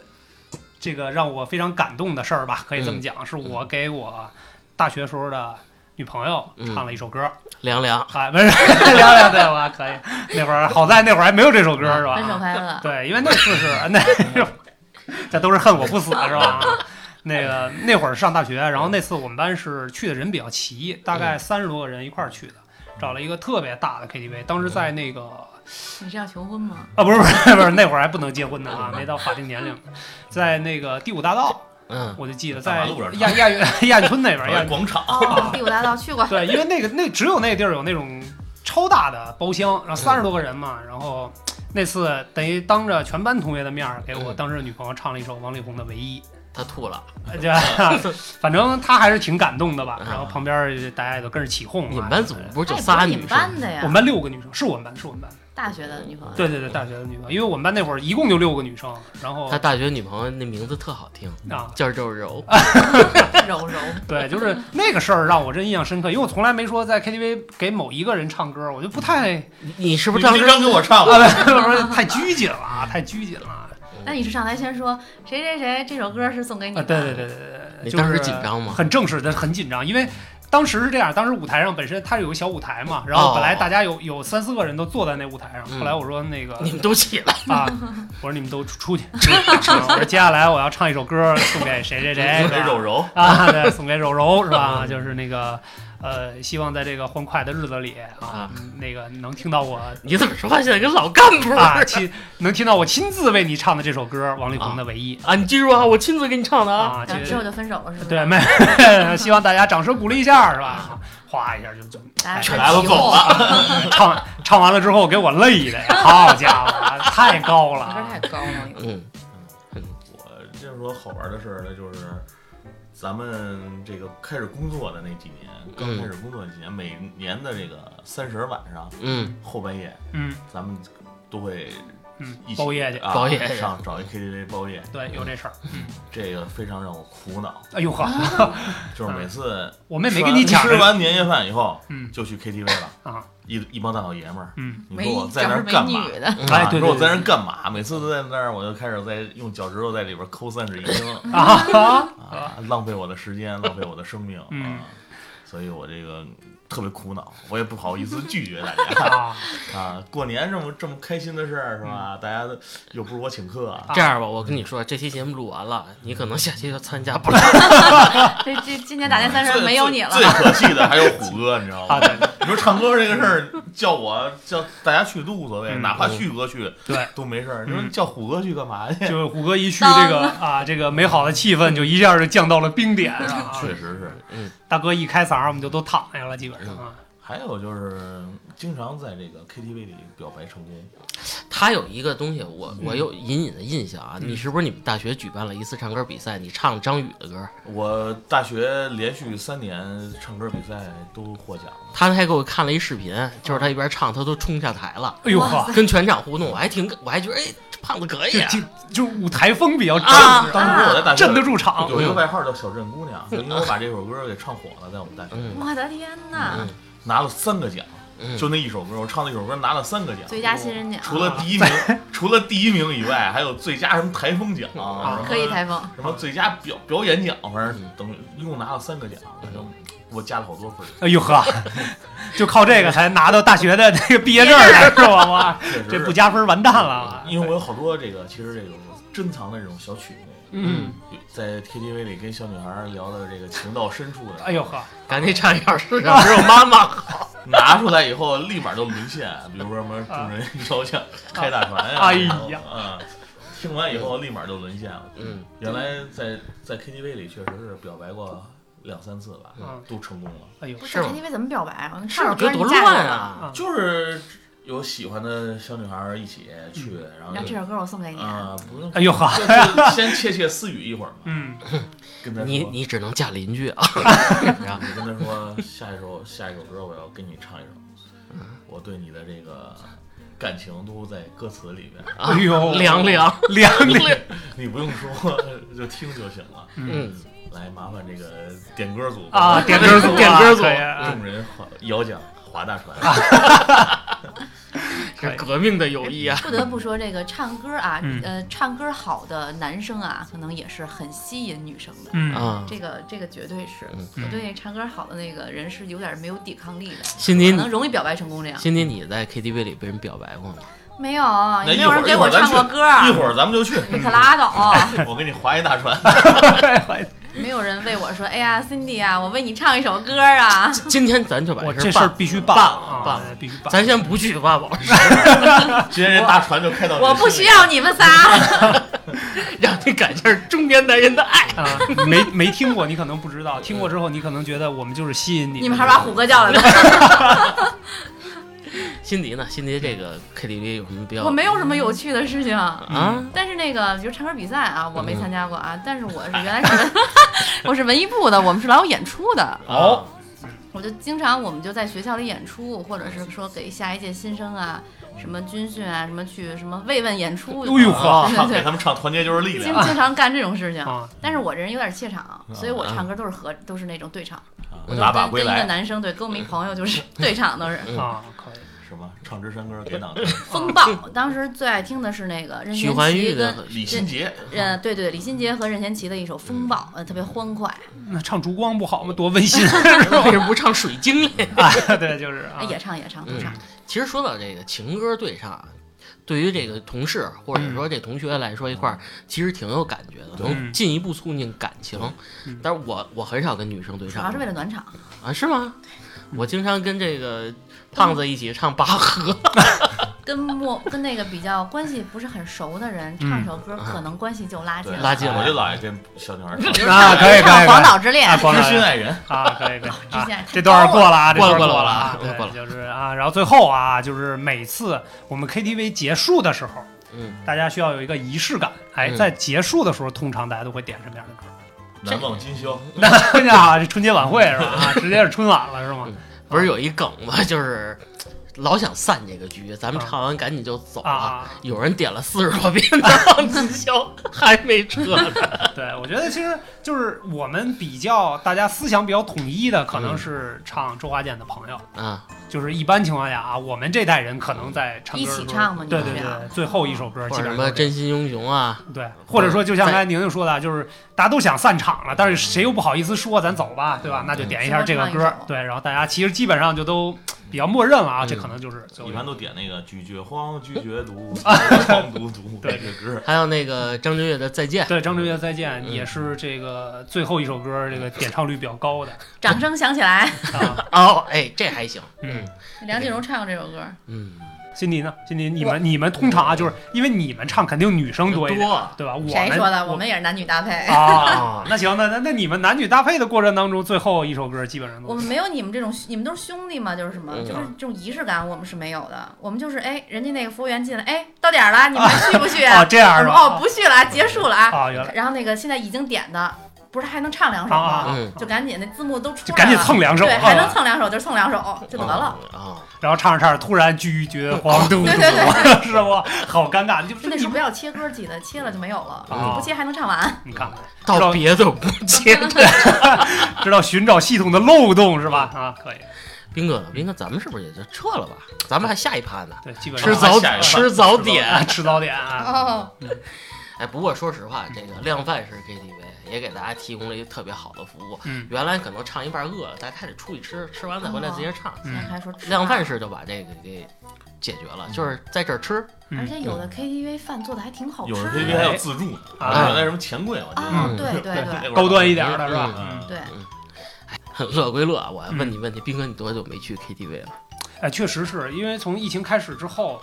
S1: 这个让我非常感动的事儿吧，可以这么讲，是我给我大学时候的女朋友
S3: 嗯
S1: 唱了一首歌，
S3: 凉凉，
S1: 啊，没事， *laughs* 聊聊对吧？可以。那会儿好在那会儿还没有这首歌是
S3: 啊
S4: 分手
S1: 吧？
S4: 快
S2: 啊
S4: 乐，
S1: 对，因为那
S2: *laughs*
S1: 次是那 *laughs* 这都是恨我不死是吧？那个那会儿上大学，然后那次我们班是去的人比较齐，大概
S2: 嗯
S1: 三十多个人一块儿去的，找了一个特别大的
S2: 嗯
S1: KTV，当时在那个
S4: 你是要求婚吗？
S1: 啊不是不是 *laughs* 不是那会儿还不能结婚呢
S2: 嗯
S1: 啊，没到法定年龄，在那个第五大道，
S3: 嗯，
S1: 我就记得
S2: 大马
S1: 在
S2: 路上
S1: 亚亚运亚运村那边
S3: 哎
S1: 儿，亚运
S2: 哎广场，
S1: 啊
S4: 第五大道去过，
S1: *laughs* 对，因为那个那只有那地儿有那种超大的包厢，然后三十多个人嘛，然后那次等于当着全班同学的面儿给我
S3: 嗯
S1: 当时的女朋友唱了一首王力宏的《唯一
S3: 他吐了，》，
S1: 对吧？ *laughs* 反正她还是挺感动的吧。
S3: 啊
S1: 然后旁边儿大家也都跟着起哄、啊。
S3: 你们班怎么不是
S4: 那
S3: 就
S4: 也
S3: 仨
S4: 哎不是你
S3: 女
S4: 们
S3: 生？
S4: 班的呀
S1: 我，们班六个女生，是我们班，是我们班。
S3: 嗯
S4: 大学的女朋友，
S1: 对对对，大学的女朋友，因为我们班那会儿一共就六个女生，然后
S3: 他大学女朋友那名字特好听，
S1: 啊，
S3: 叫肉柔，
S4: 柔柔，
S1: 对，就是那个事儿让我真印象深刻，因为我从来没说在 KTV 给某一个人唱歌，我就不太 *laughs*
S3: 你你是
S2: 你
S3: 不是当
S2: 平
S3: 时
S2: 常给我唱
S1: 啊，不是不是太拘谨了啊，太拘谨了。
S4: 那你是上台先说谁谁谁这首歌是送给你
S1: 啊，
S4: 的？
S1: 对对对对对，
S3: 你
S1: 就
S3: 当时
S1: 是
S3: 紧张吗
S1: 很正式的，很紧张，因为当时是这样，当时舞台上本身它是有个小舞台嘛，然后本来大家有有三四个人都坐在那舞台上，
S3: 嗯
S1: 后来我说那个
S3: 你们都起来，
S1: 啊，我说你们都出出去，我说接下来我要唱一首歌送给谁谁谁，
S2: 送
S1: 是吧
S2: 给
S3: 哎
S2: 柔柔，
S1: 啊，对，送给柔柔是吧？就是那个。呃，希望在这个欢快的日子里啊
S3: 啊，
S1: 那个能听到我
S3: 你怎么说话现在跟老干部似
S1: 啊
S3: 的？
S1: 亲，能听到我亲自为你唱的这首歌，王力宏的《唯一》
S3: 啊，你记住啊，我亲自给你唱的啊。
S1: 啊，
S4: 然后
S1: 这
S4: 之后就分手了，是不是？
S1: 对，，没，啊 *laughs* 希望大家掌声鼓励一下，是吧？哗一下就就
S4: 大家
S1: 哎
S4: 全
S2: 来了
S4: 起
S2: 走
S4: 哄
S2: 了，
S1: 唱唱完了之后给我累的，好家伙啊，太高了
S4: *laughs* 你歌
S1: 啊
S4: 太！高了，
S3: 嗯，
S2: 我就是说好玩的事儿，那就是咱们这个开始工作的那几年，刚
S3: 嗯
S2: 开始工作那几年，每年的这个三十晚上
S3: 嗯，
S2: 后半夜，
S1: 嗯
S2: 咱们都会
S1: 嗯
S2: 一，起
S1: 包夜去，
S2: 啊
S3: 包夜
S2: 上找一 KTV 包夜，
S1: 对，有这事儿。
S2: 这个非常让我苦恼，
S1: 哎呦呵，
S2: 就是每次
S1: 我们也没跟你讲
S2: 吃完年夜饭以后，
S1: 嗯
S2: 就去 KTV 了，
S1: 啊，
S2: 一一帮大老爷们儿，
S1: 嗯，
S2: 你
S4: 没
S2: 说我在那
S4: 要
S2: 儿
S4: 是没
S2: 干嘛？
S4: 女的，
S1: 哎，
S2: 啊
S1: 对
S2: 你说我
S1: 对
S2: 在
S1: 对
S2: 那儿干嘛？每次都在那儿，我就开始在用脚趾头在里边抠三室一厅
S1: 啊， *laughs*
S2: 啊，浪费我的时间，浪费我的生命
S1: 嗯
S2: 啊！所以我这个特别苦恼，我也不好意思拒
S1: *laughs*
S2: 绝大家
S1: 啊，
S2: *laughs*
S1: 嗯
S2: 啊。过年这么这么开心的事儿是吧？大家都又不是我请客啊，
S3: 这样吧，我跟你说，这期节目录完了，你可能下期就参加不了。
S4: 这这今年大年三十
S2: 最
S4: 没有你了
S2: 最。最可气的还有虎哥，你知道
S1: 啊
S2: 吗？
S1: 对
S2: 你说唱歌这个事儿，叫我叫大家去都无所谓，
S1: 嗯
S2: 哪怕旭哥去
S1: 对，
S2: 都没事儿。
S1: 嗯
S2: 你说叫虎哥去干嘛去？
S1: 就是虎哥一去这个啊，这个美好的气氛就一下就降到了冰点上啊。
S2: 确实是。
S3: 嗯，
S1: 大哥一开嗓，我们就都躺下了，基本上
S2: 哎
S1: 啊。
S2: 还有就是经常在这个 KTV 里表白成功，
S3: 他有一个东西，我我
S1: 嗯
S3: 有隐隐的印象啊，
S1: 嗯
S3: 你是不是你们大学举办了一次唱歌比赛？你唱张宇的歌，
S2: 我大学连续三年唱歌比赛都获奖了。
S3: 他还给我看了一视频，就是他一边唱，他都冲下台了，
S1: 哎呦
S4: 哇
S1: 呵，
S3: 跟全场互动，我还挺，我还觉得哎，这胖子可以
S1: 就
S3: 啊。
S1: 就就舞台风比较正，
S3: 啊
S1: 是吧
S2: 当时我在大学
S1: 镇得住场。嗯
S2: 有一个外号叫“小镇姑娘”，就因为我把这首歌给唱火了，在我们大学
S3: 嗯
S4: 我的天哪！
S3: 嗯
S2: 拿了三个奖，
S3: 嗯，
S2: 就那一首歌，我唱那首歌拿了三个奖，
S4: 最佳新人
S1: 啊
S4: 奖，
S2: 除了第
S1: *laughs*
S2: 一名，除了第一名以外，还有最佳什么台风奖，
S1: 啊
S4: 可以台风，
S2: 什么最佳表表演奖，反正
S3: 嗯
S2: 等于一共拿了三个奖，反正给我加了好多
S1: *laughs*
S2: 分儿。
S1: 哎呦呵，就靠这个才拿到大学的这个毕业证儿是吧？哇，
S2: 确实是
S1: 这不加分完蛋了啊。
S2: 因为我有好多这个，其实这种珍藏的这种小曲目，
S1: 嗯，
S2: 在 KTV 里跟小女孩聊的这个情到深处的，
S1: 哎呦，呵，
S3: 赶紧唱一首世上只有妈妈
S4: *laughs*
S3: 好。
S2: 拿出来以后立马就沦
S1: *laughs*
S2: 陷，比如说什么众人遥想开大船呀，
S1: 啊哎呀
S2: 然后，嗯，听完以后立马就沦陷了。
S3: 嗯，
S2: 原来在在 KTV 里确实是表白过两三次吧，
S1: 嗯
S2: 都成功了，
S1: 哎呦
S4: 不，
S3: 是
S4: 是
S3: 吗
S4: KTV 怎么表白啊？
S3: 是
S4: 唱首
S3: 我觉得
S4: 歌你
S3: 多
S4: 嫁给
S3: 乱
S4: 我吧！
S3: 啊。
S1: 啊
S2: 就是有喜欢的小女孩一起去，然后
S4: 然后这
S2: 就
S4: 首歌我送给你，
S2: 啊，不用
S1: 嗯哎，呦呵，
S2: 就是先窃窃私语一会儿嘛，
S1: 嗯，
S2: 跟她
S4: 啊
S2: 说
S3: 你你只能嫁邻居啊！然后
S2: 你跟他说下一首 *laughs* 下一首歌我要跟你唱一首，
S3: 嗯
S2: 我对你的这个感情都在歌词里面，
S3: 啊
S1: *laughs* 哎呦
S3: 凉凉
S1: 凉
S3: 凉。
S2: 你不用说就听就行了。
S3: 嗯，
S2: 来，麻烦这个点歌组
S1: 啊，点歌组啊，
S3: 点歌组
S1: 可以啊
S2: 众人划摇桨划大船，
S3: *laughs* 这是革命的友谊啊！
S4: 不得不说，这个唱歌啊，
S1: 嗯
S4: 呃，唱歌好的男生啊，可能也是很吸引女生的。
S1: 嗯
S3: 啊，
S4: 这个这个绝对是，
S3: 嗯
S1: 嗯
S4: 我对唱歌好的那个人是有点没有抵抗力的，
S3: 辛迪
S4: 可，能容易表白成功这样。
S3: 辛迪，你在 KTV 里被人表白过吗？
S4: 没有，也没
S2: 一
S4: 有
S2: 会
S4: 人
S2: 儿
S4: 给
S2: 一会
S4: 我
S2: 儿咱
S4: 唱
S2: 去
S4: 过歌，啊
S2: 一会儿咱们就去，
S4: 你可拉倒。
S2: 我给你划一大船。
S1: 哎
S4: 没有人为我说，哎呀，Cindy 啊，我为你唱一首歌啊。
S3: 今天咱就把
S1: 我
S3: 事
S1: 这
S3: 儿
S1: 事儿
S3: 办了，
S1: 必须办
S3: 办
S1: 啊
S3: 办了
S1: 必须办。
S3: 咱先不去八宝
S1: *laughs*
S3: 山，
S2: 今天人大船就开到，
S4: 我不需，要
S2: *laughs*
S4: 你们仨，
S3: 让你感受中年男人的爱。
S1: 啊，没没听过，你可能不知道；听过之后，你可能觉得我们就是吸引你。
S4: 你们还是把虎哥叫来吧。
S3: 辛迪呢？辛迪这个 KTV 有什么比较？
S4: 我没有什么有趣的事情。
S3: 啊，
S4: 但是那个，比如唱歌比赛啊，我没参加过啊。但是我是原来是 *laughs* 文，我是文艺部的，我们是老有演出的。
S2: 啊
S1: 哦
S4: 我就经常我们就在学校里演出，或者是说给下一届新生啊，什么军训啊，什么去什么慰问演出。
S1: 哎呦呵
S2: 啊
S4: 对
S2: 唱
S4: 对
S2: 给他们唱《团结就是力
S4: 对，
S2: 量
S4: 经》经常干这种事情。
S1: 啊，
S4: 但是我这人有点怯场，所以我唱歌都是合，都是那种对唱。
S2: 啊，
S4: 我就
S2: 打
S4: 跟
S2: 靶
S4: 跟
S2: 归
S4: 一个
S2: 来
S4: 男生对，跟我们一朋友就是对唱都是
S1: 啊，可以。
S2: 是吧？唱支山歌给党
S4: 风暴。当时最爱听的是那个任
S3: 许
S4: 贤
S3: 环
S4: 齐
S3: 玉
S4: 跟
S3: 的
S2: 李心洁，
S4: 呃，对对，李心洁和任贤齐的一首《风暴》，呃，特别欢快，
S1: 那唱烛光不好吗？多温馨
S3: 为什么不唱水晶嘞？
S1: 啊！对，就是啊
S4: 哎，也唱也唱都
S3: 嗯
S4: 唱。
S3: 其实说到这个情歌对唱啊，对于这个同事或者
S1: 嗯
S3: 说这同学来说一块儿，其实挺有感觉的，
S2: 对
S3: 能进一步促进感情
S1: 嗯。
S3: 但是我我很少跟女生对
S4: 主
S3: 唱，
S4: 要是为了暖场，
S3: 啊，是吗？
S1: 嗯
S3: 我经常跟这个胖子一起唱《拔河》，
S4: 跟陌跟那个比较关系不是很熟的人唱首歌，可能关系就拉近
S2: 对，
S4: 了。
S3: 拉近了
S2: 我就老爱跟小女孩唱《
S1: 啊，可以可以
S4: 唱《广
S1: 可
S4: 岛之
S1: 以
S4: 恋
S1: 啊，》，广岛
S2: 知心爱人》，
S1: 啊，可以可以
S4: *laughs* 之前
S1: 啊， *laughs* 这段儿过了啊，这
S3: *laughs* 过
S1: 段
S3: 了
S1: 儿
S3: 过了
S1: 了
S3: 过了过了
S1: 对，就是啊，然后最后啊，就是每次我们 KTV 结束的时候，
S3: 嗯，
S1: 大家需要有一个仪式感。哎，
S3: 嗯
S1: 在结束的时候，通常大家都会点什么样的歌？
S2: 难忘今宵。
S3: *laughs*
S1: 那啊，这春节晚会是吧？啊，直接是春晚了是吗？
S3: *laughs* 不是有一梗吗？就是老想散这个局，咱们
S1: 啊
S3: 唱完赶紧就走了。
S1: 啊，
S3: 有人点了四十多遍的浪子宵， *laughs* 还没撤
S1: *laughs*
S3: 呢。
S1: 对，我觉得其实就是我们比较大家思想比较统一的，可能是唱周华健的朋友。
S3: 啊，
S1: 就是一般情况下啊，我们这代人可能在唱歌的时候
S4: 一起唱嘛你
S1: 对
S4: 们
S1: 对
S4: 这
S1: 对，
S4: 样
S1: 最后一首歌
S3: 或
S1: 基
S3: 者什
S1: 本上
S3: 么
S1: 都是
S3: 真心英雄啊，
S1: 对，或者说就像
S3: 在
S1: 刚才宁宁说的，啊就是大家都想散场了，但是谁又不好意思说咱走吧，对吧？那就点一下这个
S4: 嗯
S1: 歌，对，然后大家其实基本上就都比较默认了啊，
S3: 嗯
S1: 这可能就是最后
S2: 一
S1: 一首
S2: 般都点那个拒绝荒，拒绝毒，黄毒毒，
S1: 对
S2: 这歌。
S3: 还有那个张震岳的《再见》，
S1: 对，张震岳再见
S3: 嗯
S1: 也是这个最后一首歌，这个点唱率比较高的
S4: 掌声响起来，
S1: 啊。
S3: 哦，哎，这还行，
S1: 嗯，
S4: 梁静茹唱过这首歌，
S3: 嗯，
S1: 辛迪呢？辛迪，你
S4: 我
S1: 们你们通常啊，就是因为你们唱肯定女生多一点，
S4: *laughs*
S3: 多
S1: 对吧？我
S4: 谁说的？
S1: 我
S4: 我们也是男女搭配。
S1: 啊。
S3: 啊，
S1: 那行，那那那你们男女搭配的过程当中，最后一首歌基本上
S4: 我
S1: 都
S4: 们没有你们这种，你们都是兄弟嘛，就是什么，
S3: 嗯
S4: 就是这种仪式感，我们是没有的。我们就是，哎，人家那个服务员进来，哎，到点儿了，你们还去不去？
S1: 啊这样
S4: 我
S1: 是
S4: 说
S1: 吧？
S4: 哦，不去了啊，结束了啊。
S1: 啊，原来
S4: 然后那个现在已经点的，不是还能唱两首
S1: 啊啊
S4: 吗？
S3: 嗯
S1: 啊
S4: 就赶紧那字幕都出
S1: 就
S4: 来了，
S1: 赶紧蹭两首，
S4: 对，还
S1: 啊
S4: 能蹭两首就蹭两首就得了。
S3: 啊，
S1: 然后唱着唱着，突然拒绝黄
S3: *laughs*
S1: 赌毒，
S4: 对对对
S1: 是不？好尴尬，就是
S4: 就那
S1: 你
S4: 时候不要切歌记得，切了就没有了，
S1: 啊
S4: 不切还能唱完。
S1: 你看，
S3: 到别的不接。
S1: 知道寻找系统的漏洞是吧？
S3: 嗯
S1: 啊，可以，
S3: 斌哥呢？斌哥，咱们是不是也就撤了吧？咱们还下一趴呢，
S1: 对，基本上
S3: 吃早
S2: 下一趴
S3: 吃早点。
S1: 啊 *laughs* 吃早点啊，
S4: 哦，
S3: 哎，不过说实话，这个量贩式 KTV 也给大家提供了一个特别好的服务。
S1: 嗯
S3: 原来可能唱一半饿了，大家还得出去吃，吃完再
S4: 哦
S3: 回来直接唱。
S4: 现在
S1: 嗯
S4: 哎还说吃
S3: 量贩
S4: 饭，
S3: 式就把这个给解决了，就是在这儿吃。
S4: 而
S1: 嗯，
S4: 且有的 KTV 饭做的还挺好吃
S2: 有人
S4: 的。
S2: KTV 还有自助呢，
S1: 啊
S2: 原来什么钱柜，我记得
S4: 啊，
S3: 嗯
S4: 对对
S1: 对
S4: 对
S2: 那会儿
S1: 高端一点的是吧？
S2: 嗯，
S4: 对，
S3: 乐归乐啊，我问你问题，斌哥，你多久没去 KTV 了？
S1: 哎，确实是因为从疫情开始之后。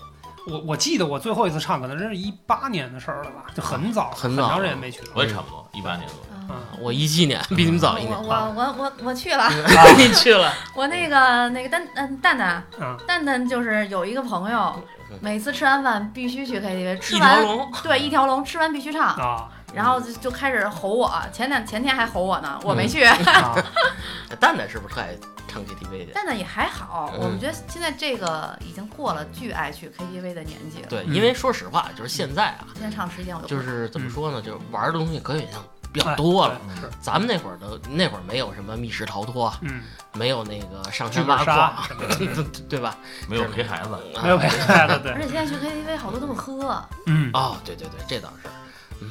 S1: 我我记得我最后一次唱可能真是一八年的事儿了吧，就很早，
S3: 哦很
S1: 很
S3: 早
S1: 长时间没去了。
S2: 我也差不多一八年左右。
S4: 嗯
S1: 啊，
S3: 我一七年，比你们早一
S4: 啊我
S3: 年。 *laughs*
S4: 我我我我去了，
S1: 嗯
S3: 你去了，
S4: 我那个那个蛋嗯蛋蛋
S1: 嗯
S4: 蛋蛋就是有一个朋友
S3: 嗯，
S4: 每次吃完饭必须去 KTV，吃
S3: 一条
S4: 完
S3: 龙。
S4: 对一条龙吃完必须唱，
S3: *laughs*
S1: 啊
S4: 然后就就开始吼我，前两前天还吼我呢，我
S3: 嗯 *laughs*
S4: 没去。
S1: 啊，
S3: 蛋蛋是不是特爱唱 KTV 的？
S4: 蛋蛋也还好，
S3: 嗯
S4: 我们觉得现在这个已经过了巨爱去 KTV 的年纪了。
S3: 对，
S1: 嗯
S3: 因为说实话，就是现在啊，
S4: 现在唱时间我都
S3: 就是怎么说呢，就是玩的东西可选性比较多了。
S1: 哎对是，
S3: 咱们那会儿都那会儿没有什么密室逃脱，啊
S1: 嗯，
S3: 没有那个上
S1: 剧
S3: 山
S1: 本
S3: 挖
S1: 杀
S3: 矿，啊
S1: 什么的，嗯
S3: 对吧？啊
S2: 没有陪孩子，
S1: 没有陪嗯孩子，
S4: 而
S1: 对，
S4: 且现在去 KTV 好多都是喝
S1: 嗯，
S3: 哦，对对对，这倒是。 *laughs*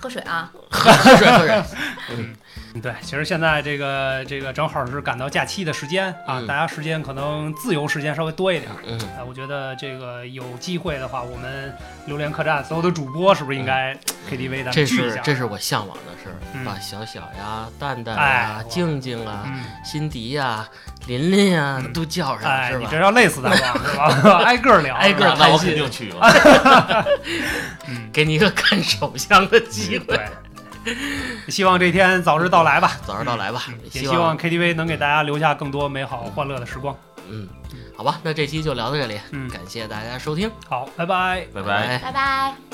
S4: 喝水啊，
S3: 喝水喝
S1: *laughs*
S3: 水，
S1: 嗯对，其实现在这个这个正好是赶到假期的时间啊，
S3: 嗯
S1: 大家时间可能自由时间稍微多一点。
S3: 嗯，
S1: 哎，我觉得这个有机会的话，我们榴莲客栈所有的主播是不是应该 KTV 咱们
S3: 嗯这
S1: 聚一
S3: 是
S1: 下？
S3: 这是我向往的事儿，
S1: 嗯
S3: 把小小呀、蛋蛋
S1: 哎
S3: 呀、静静啊、
S1: 嗯，
S3: 辛迪呀、琳琳呀
S1: 嗯
S3: 都叫上，
S1: 哎，
S3: 是
S1: 你
S3: 吧
S1: 这？要累死大王是吧？ *laughs* 挨个儿聊，
S3: 挨个
S1: 是
S3: 儿
S1: 吧
S2: 那我肯
S1: *laughs*
S2: 定去了。
S1: 嗯，
S3: 给你一个看手相的机会，
S1: 对。希望这天早日到来吧，
S3: 早日到来吧
S1: 嗯。也
S3: 希
S1: 希望 KTV 能给大家留下更多美好欢乐的时光。
S3: 嗯，好吧，那这期就聊到这里，
S1: 嗯
S3: 感谢大家收听，
S1: 好，拜拜。
S2: 拜拜。
S4: 拜拜。